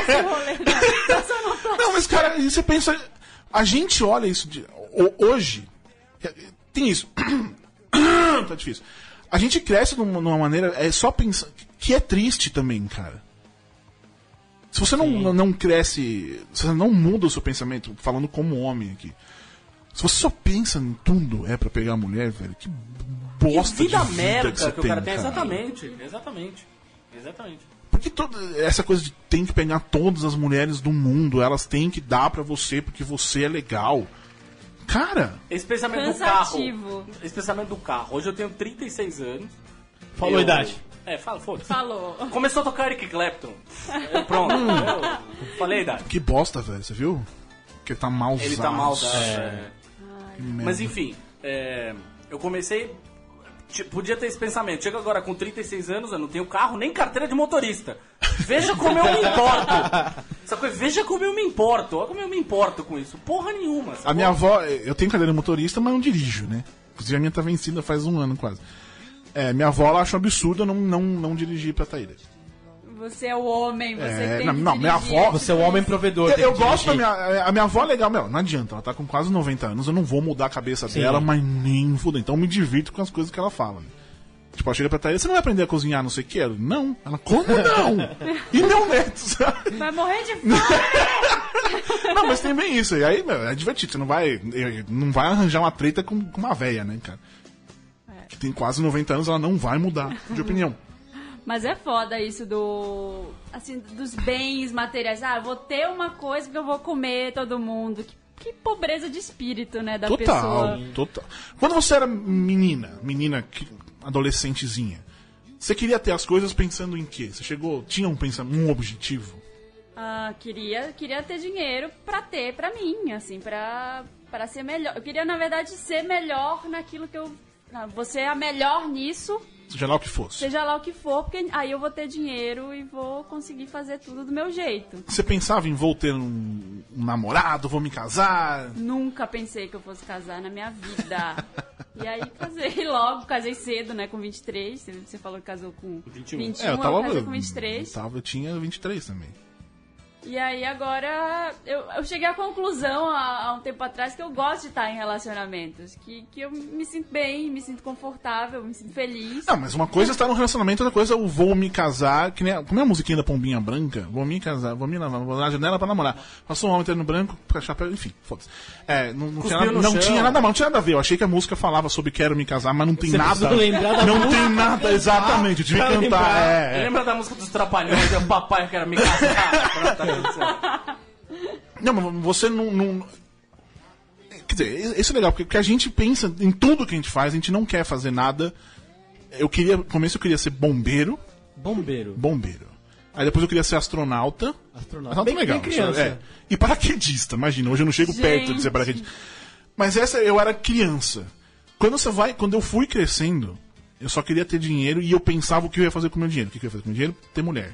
Speaker 8: Esse rolê da- da sonoplastia.
Speaker 6: Não, mas cara, aí você pensa. A gente olha isso de- ho- hoje. Tem isso. tá difícil. A gente cresce numa, numa maneira. É só pensar. Que é triste também, cara. Se você não, não cresce. Se você não muda o seu pensamento, falando como homem aqui. Se você só pensa em tudo é pra pegar a mulher, velho, que bosta
Speaker 5: que vida
Speaker 6: de vida
Speaker 5: merda
Speaker 6: que, você
Speaker 5: o cara tem.
Speaker 6: cara.
Speaker 5: Exatamente, exatamente. Exatamente.
Speaker 6: Porque toda essa coisa de tem que pegar todas as mulheres do mundo, elas têm que dar pra você porque você é legal. Cara,
Speaker 5: Esse pensamento
Speaker 8: Cansativo.
Speaker 5: do carro. Esse pensamento do carro. Hoje eu tenho 36 anos.
Speaker 7: Falou
Speaker 5: Eu-
Speaker 7: a idade.
Speaker 5: É, fala, foda-se.
Speaker 8: Falou.
Speaker 5: Começou a tocar Eric Clapton. Eu, pronto.
Speaker 6: Hum.
Speaker 5: eu falei a idade.
Speaker 6: que bosta, velho, você viu? Que ele tá malzado.
Speaker 5: Ele tá mal dado. é.
Speaker 6: Que merda.
Speaker 5: Mas enfim, é, eu comecei. ti- Podia ter esse pensamento. Chego agora com 36 anos, eu não tenho carro nem carteira de motorista. Veja como eu me importo. Essa coisa, veja como eu me importo. Olha como eu me importo com isso. Porra nenhuma.
Speaker 6: A minha avó, eu tenho cadeira de motorista, mas não dirijo, né? Inclusive a minha tá vencida faz um ano quase. É, minha avó ela acha um absurdo eu não, não, não dirigir pra Taíra.
Speaker 8: Você é o homem, você
Speaker 6: É,
Speaker 8: tem
Speaker 6: não,
Speaker 8: que
Speaker 6: não, minha
Speaker 8: dirigir.
Speaker 6: avó-
Speaker 7: Você é o homem provedor.
Speaker 6: Eu,
Speaker 7: tem
Speaker 6: eu
Speaker 7: que
Speaker 6: gosto da
Speaker 7: dirigir.
Speaker 6: minha. A minha avó é legal, meu, não adianta, ela tá com quase 90 anos, eu não vou mudar a cabeça dela, mas nem fudeu. Então eu me divirto com as coisas que ela fala. né? Tipo, ela chega pra Thaís, você não vai aprender a cozinhar, não sei o que? Ela, não. Ela, como não? e meu neto, sabe?
Speaker 8: Vai morrer de fome.
Speaker 6: Não, mas tem bem isso. E é, aí, meu, é divertido, você não vai, eh, não vai arranjar uma treta com, com uma véia, né, cara?
Speaker 8: É.
Speaker 6: que tem quase 90 anos, ela não vai mudar de opinião.
Speaker 8: Mas é foda isso do. Assim, dos bens materiais. Ah, eu vou ter uma coisa porque eu vou comer todo mundo. Que, que pobreza de espírito, né? Da
Speaker 6: Total,
Speaker 8: pessoa.
Speaker 6: total. Quando você era menina, menina que- adolescentezinha, você queria ter as coisas pensando em quê? Você chegou, tinha um pensamento, um objetivo.
Speaker 8: Ah, queria, queria ter dinheiro pra ter pra mim, assim, pra, pra ser melhor. Eu queria, na verdade, ser melhor naquilo que eu. ah, Você é a melhor nisso,
Speaker 6: Seja lá o que fosse.
Speaker 8: seja lá o que for, porque aí eu vou ter dinheiro e vou conseguir fazer tudo do meu jeito.
Speaker 6: Você pensava em vou ter um, um namorado, vou me casar?
Speaker 8: Nunca pensei que eu fosse casar na minha vida. e aí casei logo, casei cedo, né? Com 23. Você- Você falou que casou com
Speaker 5: 21.
Speaker 8: 21.
Speaker 6: É,
Speaker 8: eu, casei com 23.
Speaker 6: eu tava, eu tinha 23 também.
Speaker 8: E aí agora eu, eu cheguei à conclusão há, há um tempo atrás que eu gosto de estar em relacionamentos. Que, que eu me sinto bem, me sinto confortável, me sinto feliz.
Speaker 6: Não, mas uma coisa é estar num relacionamento, outra coisa é o vou me casar, que nem a, como é a musiquinha da Pombinha Branca? Vou me casar, vou me namorar, vou na janela pra namorar. Passou um homem tendo branco, pra chapéu, enfim, foda-se. É, não, não, tinha,
Speaker 5: Cuspiu
Speaker 6: nada-
Speaker 5: no
Speaker 6: não
Speaker 5: chão.
Speaker 6: tinha nada mal, não tinha nada a ver. Eu achei que a música falava sobre quero me casar, mas não tem
Speaker 7: Você
Speaker 6: nada.
Speaker 7: precisou lembrar da
Speaker 6: não
Speaker 7: música
Speaker 6: tem nada, exatamente, eu tive que
Speaker 7: pra
Speaker 6: cantar.
Speaker 7: lembrar.
Speaker 6: É, é.
Speaker 5: Lembra da música dos Trapalhões? É o papai que era me casar. Pronto, tá tudo certo.
Speaker 6: Não, mas você não. não- Quer dizer, isso é legal, porque porque a gente pensa em tudo que a gente faz, a gente não quer fazer nada. Eu queria, no começo eu queria ser bombeiro,
Speaker 7: Bombeiro.
Speaker 6: bombeiro. Aí depois eu queria ser astronauta.
Speaker 7: Astronauta.
Speaker 6: Astronauta
Speaker 7: Bem-
Speaker 6: é legal.
Speaker 7: bem criança.
Speaker 6: É. E paraquedista, imagina. Hoje eu não chego perto de ser
Speaker 8: Gente.
Speaker 6: paraquedista. Mas essa eu era criança. Quando você vai, quando eu fui crescendo, eu só queria ter dinheiro e eu pensava o que eu ia fazer com o meu dinheiro. O que eu ia fazer com o meu dinheiro? Ter mulher.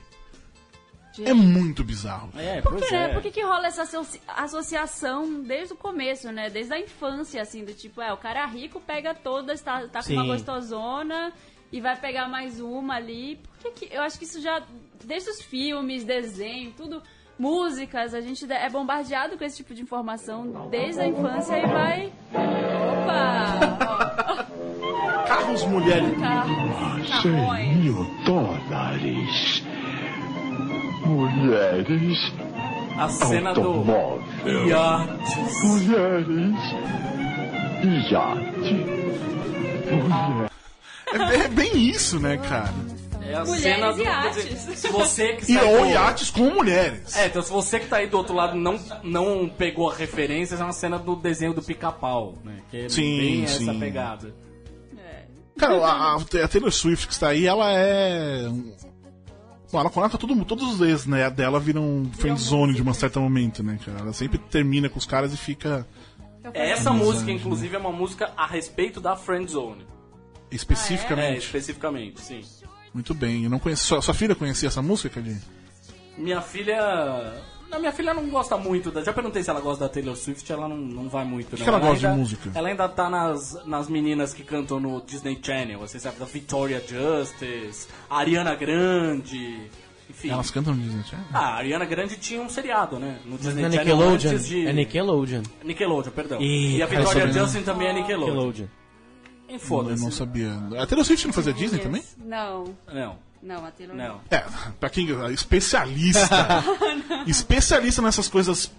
Speaker 6: É muito bizarro.
Speaker 5: É,
Speaker 8: Por
Speaker 5: pois
Speaker 8: que, né?
Speaker 5: é.
Speaker 8: Por que, que rola essa associ- associação desde o começo, né? Desde a infância, assim, do tipo, é, o cara rico pega todas, tá, tá com uma
Speaker 7: Sim.
Speaker 8: gostosona e vai pegar mais uma ali. Por que, que- Eu acho que isso já. Desde os filmes, desenho, tudo. Músicas, a gente é bombardeado com esse tipo de informação desde a infância e vai. Opa!
Speaker 6: Carros, mulheres.
Speaker 8: Ó, carros, carrões.
Speaker 9: dólares. Mulheres,
Speaker 5: A cena do
Speaker 9: automóveis,
Speaker 5: Yates.
Speaker 9: mulheres, iate.
Speaker 6: É, é bem isso, né, cara?
Speaker 5: É a
Speaker 8: Mulheres
Speaker 5: cena do.
Speaker 8: e
Speaker 5: quer
Speaker 8: iates.
Speaker 5: se você
Speaker 7: Tá
Speaker 5: que
Speaker 6: E
Speaker 5: está
Speaker 6: ou
Speaker 5: do-
Speaker 6: iates com mulheres.
Speaker 5: É, então se você que tá aí do outro lado não, não pegou a referência, é uma cena do desenho do pica-pau, né? Que é
Speaker 6: Sim,
Speaker 5: bem
Speaker 6: sim.
Speaker 5: essa pegada.
Speaker 8: É.
Speaker 6: Cara, a, a- a Taylor Swift que está aí, ela é. um- Bom, ela conecta todo mundo, todos os ex né, dela viram friendzone de um certo momento, né, cara? Ela sempre termina com os caras e fica
Speaker 5: É, Essa música, inclusive, é uma música a respeito da friend zone. É,
Speaker 6: especificamente.
Speaker 5: especificamente, sim.
Speaker 6: Muito bem, eu não conheço. Sua, sua filha conhecia essa música, Cadinho?
Speaker 5: Minha filha. Não, minha filha não gosta muito. Da... Já perguntei se ela gosta da Taylor Swift, ela não, não vai muito. não.
Speaker 6: que ela gosta de
Speaker 5: ainda-
Speaker 6: música?
Speaker 5: Ela ainda tá nas, nas meninas que cantam no Disney Channel. Você sabe, da Victoria Justice, Ariana Grande, enfim.
Speaker 6: Elas cantam no Disney é? Channel?
Speaker 5: Ah, a Ariana Grande tinha um seriado, né? No Disney
Speaker 7: Na
Speaker 5: Channel
Speaker 7: É Nickelodeon.
Speaker 5: antes de...
Speaker 7: É Nickelodeon.
Speaker 5: Nickelodeon, perdão.
Speaker 7: Ih,
Speaker 5: E, a
Speaker 7: cara,
Speaker 5: Victoria
Speaker 6: sobre-
Speaker 5: Justin também é Nickelodeon.
Speaker 7: Nickelodeon.
Speaker 5: Em
Speaker 6: Eu não
Speaker 5: foda-se.
Speaker 6: sabia. A Taylor Swift não fazia Disney também?
Speaker 8: Não,
Speaker 5: Não,
Speaker 8: não, a Taylor
Speaker 5: não.
Speaker 6: É, pra quem. Especialista. especialista nessas coisas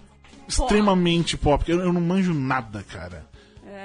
Speaker 6: extremamente pop, porque eu, eu não manjo nada, cara.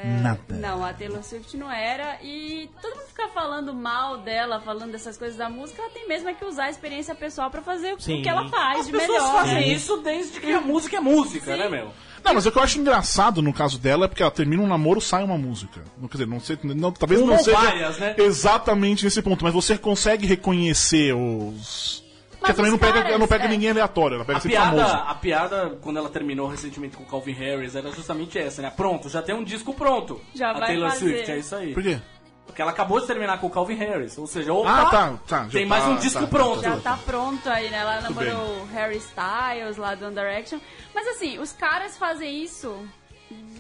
Speaker 6: Nada.
Speaker 8: Não, a Taylor Swift não era. E todo mundo fica falando mal dela, falando dessas coisas da música, ela tem mesmo é que usar a experiência pessoal pra fazer o
Speaker 7: Sim.
Speaker 8: que ela faz
Speaker 5: As
Speaker 8: de
Speaker 5: pessoas
Speaker 8: melhor.
Speaker 5: fazem isso desde que a música é música, né, meu?
Speaker 6: Não, mas o que eu acho engraçado no caso dela é porque ela termina um namoro, sai uma música. Não, Quer dizer, não sei, não, talvez
Speaker 5: Uma
Speaker 6: não
Speaker 5: ou
Speaker 6: seja
Speaker 5: várias, né?
Speaker 6: exatamente nesse ponto, mas você consegue reconhecer os. Porque
Speaker 8: os
Speaker 6: também não pega,
Speaker 8: caras,
Speaker 6: ela não pega
Speaker 8: é.
Speaker 6: ninguém aleatório, ela pega
Speaker 5: A
Speaker 6: sempre
Speaker 5: piada,
Speaker 6: famoso.
Speaker 5: a piada, quando ela terminou recentemente com o Calvin Harris, era justamente essa, né? Pronto, já tem um disco pronto.
Speaker 8: Já
Speaker 5: a
Speaker 8: vai
Speaker 5: Taylor
Speaker 8: fazer.
Speaker 5: Swift, é isso aí.
Speaker 6: Por quê?
Speaker 5: Porque ela acabou de terminar com o Calvin Harris. Ou seja, opa,
Speaker 6: Ah, tá, tá, já
Speaker 5: tem
Speaker 6: tá,
Speaker 5: mais um
Speaker 6: tá,
Speaker 5: disco
Speaker 6: tá,
Speaker 5: pronto.
Speaker 8: Já tá pronto aí, né? Ela
Speaker 6: Tudo
Speaker 8: namorou o Harry Styles lá do One Direction. Mas assim, os caras fazem isso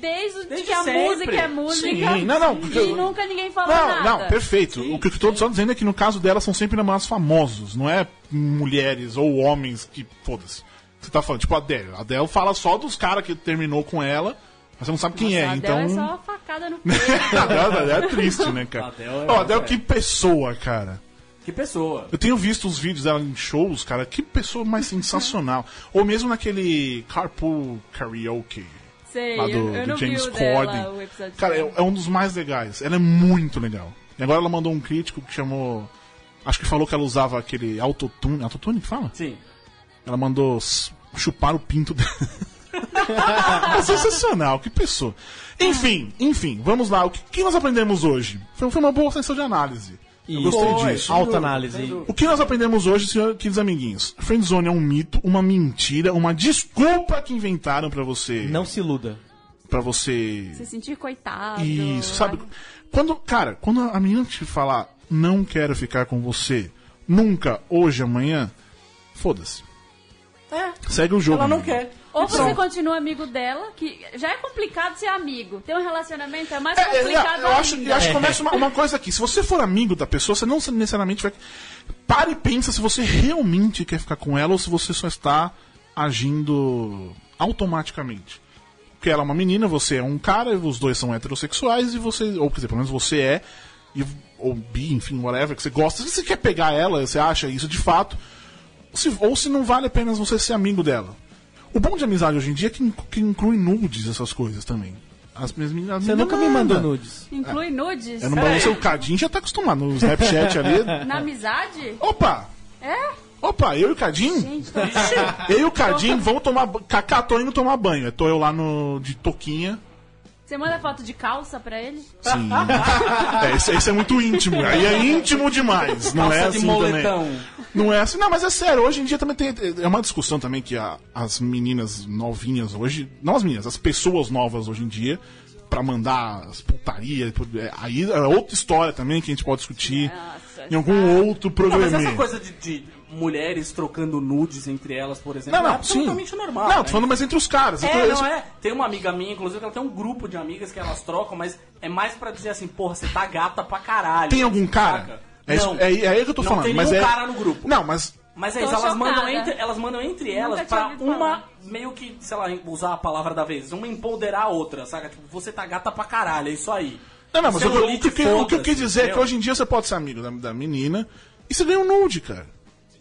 Speaker 8: desde,
Speaker 5: Desde
Speaker 8: que a
Speaker 5: sempre.
Speaker 8: música é música.
Speaker 6: Sim, não, não, porque
Speaker 8: E
Speaker 6: eu-
Speaker 8: nunca ninguém falou
Speaker 6: Não,
Speaker 8: nada.
Speaker 6: não, perfeito. O que eu tô só dizendo é que no caso dela são sempre namorados famosos, não é mulheres ou homens que. Foda-se. Você tá falando, tipo a Adele. A Adele fala só dos caras que terminou com ela, mas você não sabe quem
Speaker 8: Nossa,
Speaker 6: é,
Speaker 8: a
Speaker 6: então.
Speaker 8: Adele é só facada no peito.
Speaker 6: Adele, Adele é triste, né, cara?
Speaker 5: Adele é-
Speaker 6: Ó, Adele,
Speaker 5: é.
Speaker 6: que pessoa, cara.
Speaker 5: Que pessoa.
Speaker 6: Eu tenho visto os vídeos dela em shows, cara. Que pessoa mais sensacional. Ou mesmo naquele Carpool Karaoke.
Speaker 8: Sei,
Speaker 6: Lá
Speaker 8: eu, eu
Speaker 6: do, do
Speaker 8: não
Speaker 6: James
Speaker 8: vi o dela,
Speaker 6: Corden.
Speaker 8: o episódio
Speaker 6: Cara,
Speaker 8: dela.
Speaker 6: é, é um dos mais legais. Ela é muito legal. E agora ela mandou um crítico que chamou. Acho que falou que ela usava aquele autotune. Autotune que fala?
Speaker 5: Sim.
Speaker 6: Ela mandou s- chupar o pinto dela. é sensacional, que pessoa. Enfim, enfim, vamos lá. O que, que nós aprendemos hoje? Foi, foi uma boa sessão de análise. Eu gostei
Speaker 7: Foi,
Speaker 6: disso.
Speaker 7: Alta análise.
Speaker 6: O que nós aprendemos hoje, senhor- queridos amiguinhos? Friendzone é um mito, uma mentira, uma desculpa que inventaram pra você.
Speaker 7: Não se iluda.
Speaker 6: Pra você.
Speaker 8: Se sentir coitado.
Speaker 6: Isso, sabe? Quando, cara, quando a menina te falar, não quero ficar com você, nunca, hoje, amanhã, foda-se. Segue o jogo.
Speaker 5: Ela não
Speaker 6: menino.
Speaker 5: quer.
Speaker 8: Ou você
Speaker 6: Então-
Speaker 8: continua amigo dela, que já é complicado ser amigo. Ter um relacionamento é mais
Speaker 6: É, é,
Speaker 8: complicado
Speaker 6: eu acho,
Speaker 8: ainda.
Speaker 6: eu acho que começa uma, uma coisa aqui. Se você for amigo da pessoa, você não necessariamente vai. Para e pensa se você realmente quer ficar com ela ou se você só está agindo automaticamente. Porque ela é uma menina, você é um cara, os dois são heterossexuais e você. Ou quer dizer, pelo menos você é. e- ou bi, enfim, whatever, que você gosta. Se você quer pegar ela, você acha isso de fato. se- ou se não vale apenas você ser amigo dela. O bom de amizade hoje em dia é que, in- que inclui nudes, essas coisas também. As minhas meninas.
Speaker 7: Você nunca me mandou nudes.
Speaker 8: Inclui nudes
Speaker 6: É. Eu não mando
Speaker 5: Peraí.
Speaker 6: seu cadinho, já tá acostumado no Snapchat ali.
Speaker 8: na amizade?
Speaker 6: Opa!
Speaker 8: É?
Speaker 6: Opa, eu e o Cadinho?
Speaker 8: Gente, então, tô...
Speaker 6: Eu e o Cadinho vamos tomar. ba- Cacá, tô indo tomar banho. Eu Tô eu lá no. de toquinha.
Speaker 8: Você manda foto de calça pra ele?
Speaker 6: Sim. é, isso, isso é muito íntimo. Aí é íntimo demais. Não é
Speaker 5: Calça de
Speaker 6: assim
Speaker 5: moletão.
Speaker 6: também. Não é assim. Não, mas é sério. Hoje em dia também tem. É uma discussão também que a- as meninas novinhas hoje. Não as meninas, as pessoas novas hoje em dia. Pra mandar as putarias. Aí é outra história também que a gente pode discutir
Speaker 8: Nossa,
Speaker 6: em algum outro
Speaker 5: Não,
Speaker 6: programa.
Speaker 5: mas essa coisa de, de mulheres trocando nudes entre elas, por exemplo,
Speaker 6: Não, não,
Speaker 5: é absolutamente
Speaker 6: sim.
Speaker 5: normal.
Speaker 6: Não,
Speaker 5: né?
Speaker 6: tô falando mas entre os caras.
Speaker 5: É,
Speaker 6: então
Speaker 5: não
Speaker 6: isso-
Speaker 5: é. Tem uma amiga minha, inclusive, que ela tem um grupo de amigas que elas trocam, mas é mais pra dizer assim, porra, você tá gata pra caralho.
Speaker 6: Tem algum cara?
Speaker 5: Saca?
Speaker 6: É, isso-
Speaker 5: Não.
Speaker 6: é, é aí que eu tô
Speaker 5: Não
Speaker 6: falando.
Speaker 5: tem
Speaker 6: mas
Speaker 5: nenhum
Speaker 6: é...
Speaker 5: cara no grupo.
Speaker 6: Não, mas.
Speaker 5: Mas é
Speaker 8: Tô
Speaker 5: isso, elas
Speaker 8: chocada.
Speaker 5: mandam, entre, elas mandam entre elas
Speaker 8: tinha
Speaker 5: pra
Speaker 8: ouvido
Speaker 5: uma,
Speaker 8: falar.
Speaker 5: meio que, sei lá, usar a palavra da vez, uma empoderar a outra, saca? Tipo, você tá gata pra caralho, é isso aí.
Speaker 6: Não, não, mas eu- o,
Speaker 5: Celulite,
Speaker 6: que, o que eu- o que eu
Speaker 5: foda-se,
Speaker 6: quis dizer é que
Speaker 5: entendeu?
Speaker 6: hoje em dia você pode ser amigo da, da menina e você ganha um nude, cara.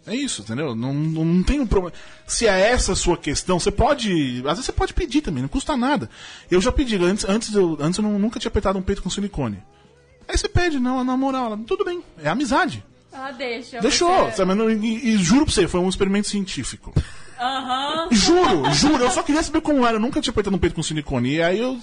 Speaker 6: É isso, entendeu? Não, não, não tem um problema. Se é essa a sua questão, você pode. Às vezes você pode pedir também, não custa nada. Eu já pedi, antes, antes eu, antes eu não- nunca tinha apertado um peito com silicone. Aí você pede, não, na moral, ela, tudo bem, é amizade.
Speaker 8: Ah, deixa.
Speaker 6: Deixou,
Speaker 8: você-
Speaker 6: sabe? Não, E, e juro pra você, foi um experimento científico.
Speaker 8: Aham.
Speaker 6: Juro, juro, eu só queria saber como era, eu nunca tinha apertado um peito com silicone. E aí eu.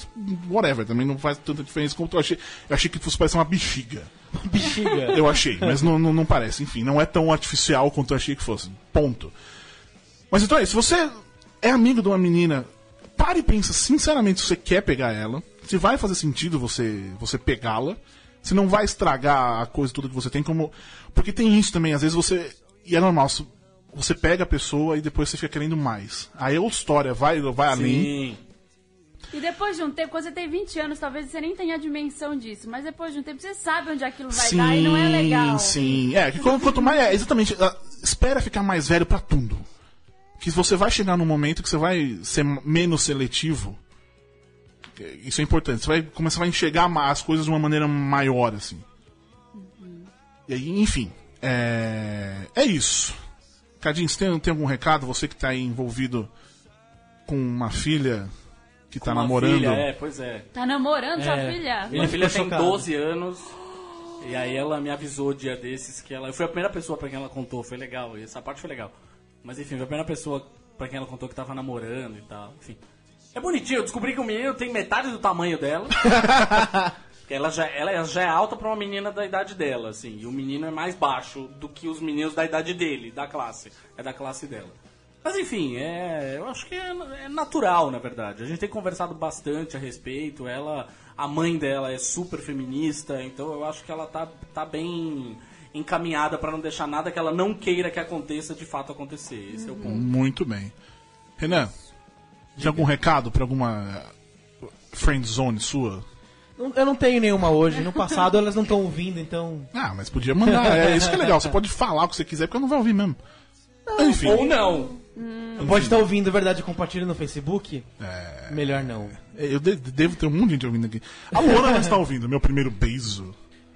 Speaker 6: Whatever, também não faz tanta diferença como eu achei. Eu achei que fosse parecer uma bexiga.
Speaker 7: Bexiga.
Speaker 6: Eu achei, mas não, não, não parece, enfim, não é tão artificial quanto eu achei que fosse. Ponto. Mas então é isso, você é amigo de uma menina, pare e pensa sinceramente se você quer pegar ela, se vai fazer sentido você, você pegá-la, se não vai estragar a coisa toda que você tem, como. Porque tem isso também, às vezes você. E é normal, se- você pega a pessoa e depois você fica querendo mais. Aí a história vai, vai além.
Speaker 5: Sim.
Speaker 8: E depois de um tempo, quando você tem 20 anos, talvez você nem tenha a dimensão disso. Mas depois de um tempo, você sabe onde aquilo vai dar e não é legal.
Speaker 6: Sim, é. Que quanto, quanto mais. É, exatamente. ah, Espera ficar mais velho pra tudo. Que você vai chegar num momento que você vai ser menos seletivo. Que Isso é importante. Você vai começar a enxergar ma- as coisas de uma maneira maior, assim. E aí, enfim. É, é isso. Cadinho, você tem, tem algum recado? Você que tá aí envolvido com uma filha que tá
Speaker 5: Uma
Speaker 6: namorando.
Speaker 5: Filha, é, pois é.
Speaker 8: Tá namorando sua filha?
Speaker 5: Minha filha tem
Speaker 7: chocado.
Speaker 5: 12 anos. E aí ela me avisou dia desses que ela. Eu fui a primeira pessoa pra quem ela contou, foi legal, e essa parte foi legal. Mas enfim, foi a primeira pessoa pra quem ela contou que tava namorando e tal, enfim. É bonitinho, eu descobri que o menino tem metade do tamanho dela. ela, já, ela já é alta pra uma menina da idade dela, assim. E o menino é mais baixo do que os meninos da idade dele, da classe. É da classe dela. Mas enfim, é, eu acho que é, é natural, na verdade. A gente tem conversado bastante a respeito. Ela, a mãe dela é super feminista, então eu acho que ela tá, tá bem encaminhada pra não deixar nada que ela não queira que aconteça de fato acontecer. Esse é o ponto.
Speaker 6: Muito bem. Renan, tem algum recado pra alguma friend zone sua?
Speaker 7: Não- Eu não tenho nenhuma hoje. No passado elas não estão ouvindo, então.
Speaker 6: Ah, mas podia mandar. É isso que é legal. Você pode falar o que você quiser, porque eu não vai ouvir mesmo. Enfim.
Speaker 5: Ou não.
Speaker 7: Pode estar ouvindo, verdade, compartilha no Facebook?
Speaker 6: É,
Speaker 7: Melhor não.
Speaker 6: eu de- devo ter um monte de gente ouvindo aqui. A Luana não está ouvindo. Meu primeiro beijo.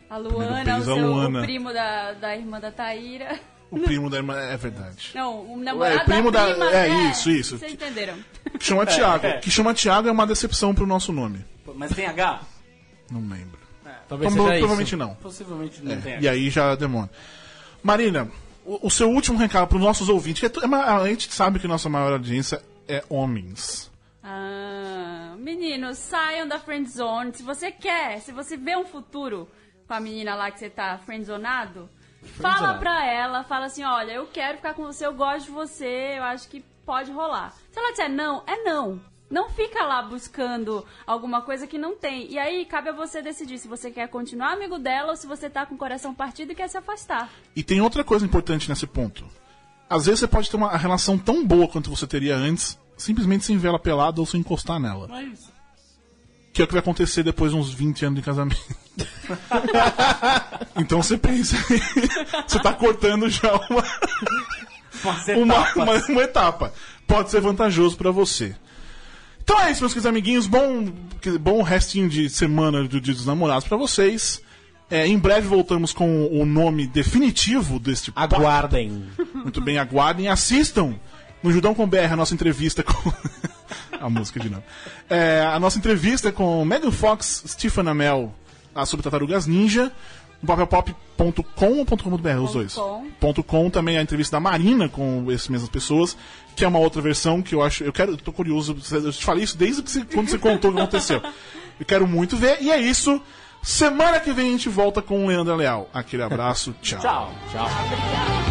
Speaker 8: A
Speaker 6: Primeiro
Speaker 8: Luana, o,
Speaker 6: beijo da
Speaker 8: seu, o
Speaker 6: Luana.
Speaker 8: primo da, da irmã da Taíra.
Speaker 6: O primo da irmã. É verdade.
Speaker 8: Não, o namorado
Speaker 6: Ué, primo da-
Speaker 8: da prima. né?
Speaker 6: é, isso, isso.
Speaker 8: Vocês entenderam.
Speaker 6: Que chama
Speaker 7: é.
Speaker 6: é Tiago. Que chama Tiago é uma decepção pro nosso nome.
Speaker 5: Mas tem H?
Speaker 6: Não lembro.
Speaker 7: Talvez
Speaker 6: Prova-
Speaker 7: seja isso.
Speaker 6: provavelmente não.
Speaker 5: Possivelmente não tenha.
Speaker 6: É. E aí já demora. Marina, o, o seu último recado para os nossos ouvintes, que é, tu- é uma- a gente sabe que nossa maior audiência é homens.
Speaker 8: Ah, meninos, saiam da friend zone. Se você quer, se você vê um futuro com a menina lá que você tá friendzonado, fala pra ela, fala assim, olha, eu quero ficar com você, eu gosto de você, eu acho que pode rolar. Se ela disser não, é não. Não fica lá buscando alguma coisa que não tem. E aí cabe a você decidir se você quer continuar amigo dela ou se você tá com o coração partido e quer se afastar.
Speaker 6: E tem outra coisa importante nesse ponto. Às vezes você pode ter uma relação tão boa quanto você teria antes, simplesmente sem ver ela pelada ou sem encostar nela.
Speaker 5: Mas
Speaker 6: Que é o que vai acontecer depois de uns 20 anos de casamento. então você pensa aí. Você tá cortando já uma,
Speaker 5: fazer
Speaker 6: uma, uma- uma etapa. Pode ser vantajoso pra você. Então é isso, meus queridos amiguinhos. Bom, que- bom restinho de semana do Dia dos Namorados pra vocês. É, em breve voltamos com o nome definitivo deste
Speaker 7: Aguardem.
Speaker 6: muito bem, aguardem e assistam no Judão com BR a nossa entrevista com. a música de novo. É, a nossa entrevista com Megan Fox, Stephen Amell, lá sobre Tartarugas Ninja, papelpop.com ou .com.br, os dois?
Speaker 8: .com.
Speaker 6: Ponto .com também a entrevista da Marina com essas mesmas pessoas, que é uma outra versão que eu acho, eu quero, eu tô curioso, eu te falei isso desde que você- quando você contou o que aconteceu. Eu quero muito ver, e é isso. Semana que vem a gente volta com o Leandro Leal. Aquele abraço,
Speaker 5: Tchau, tchau.
Speaker 8: Obrigada.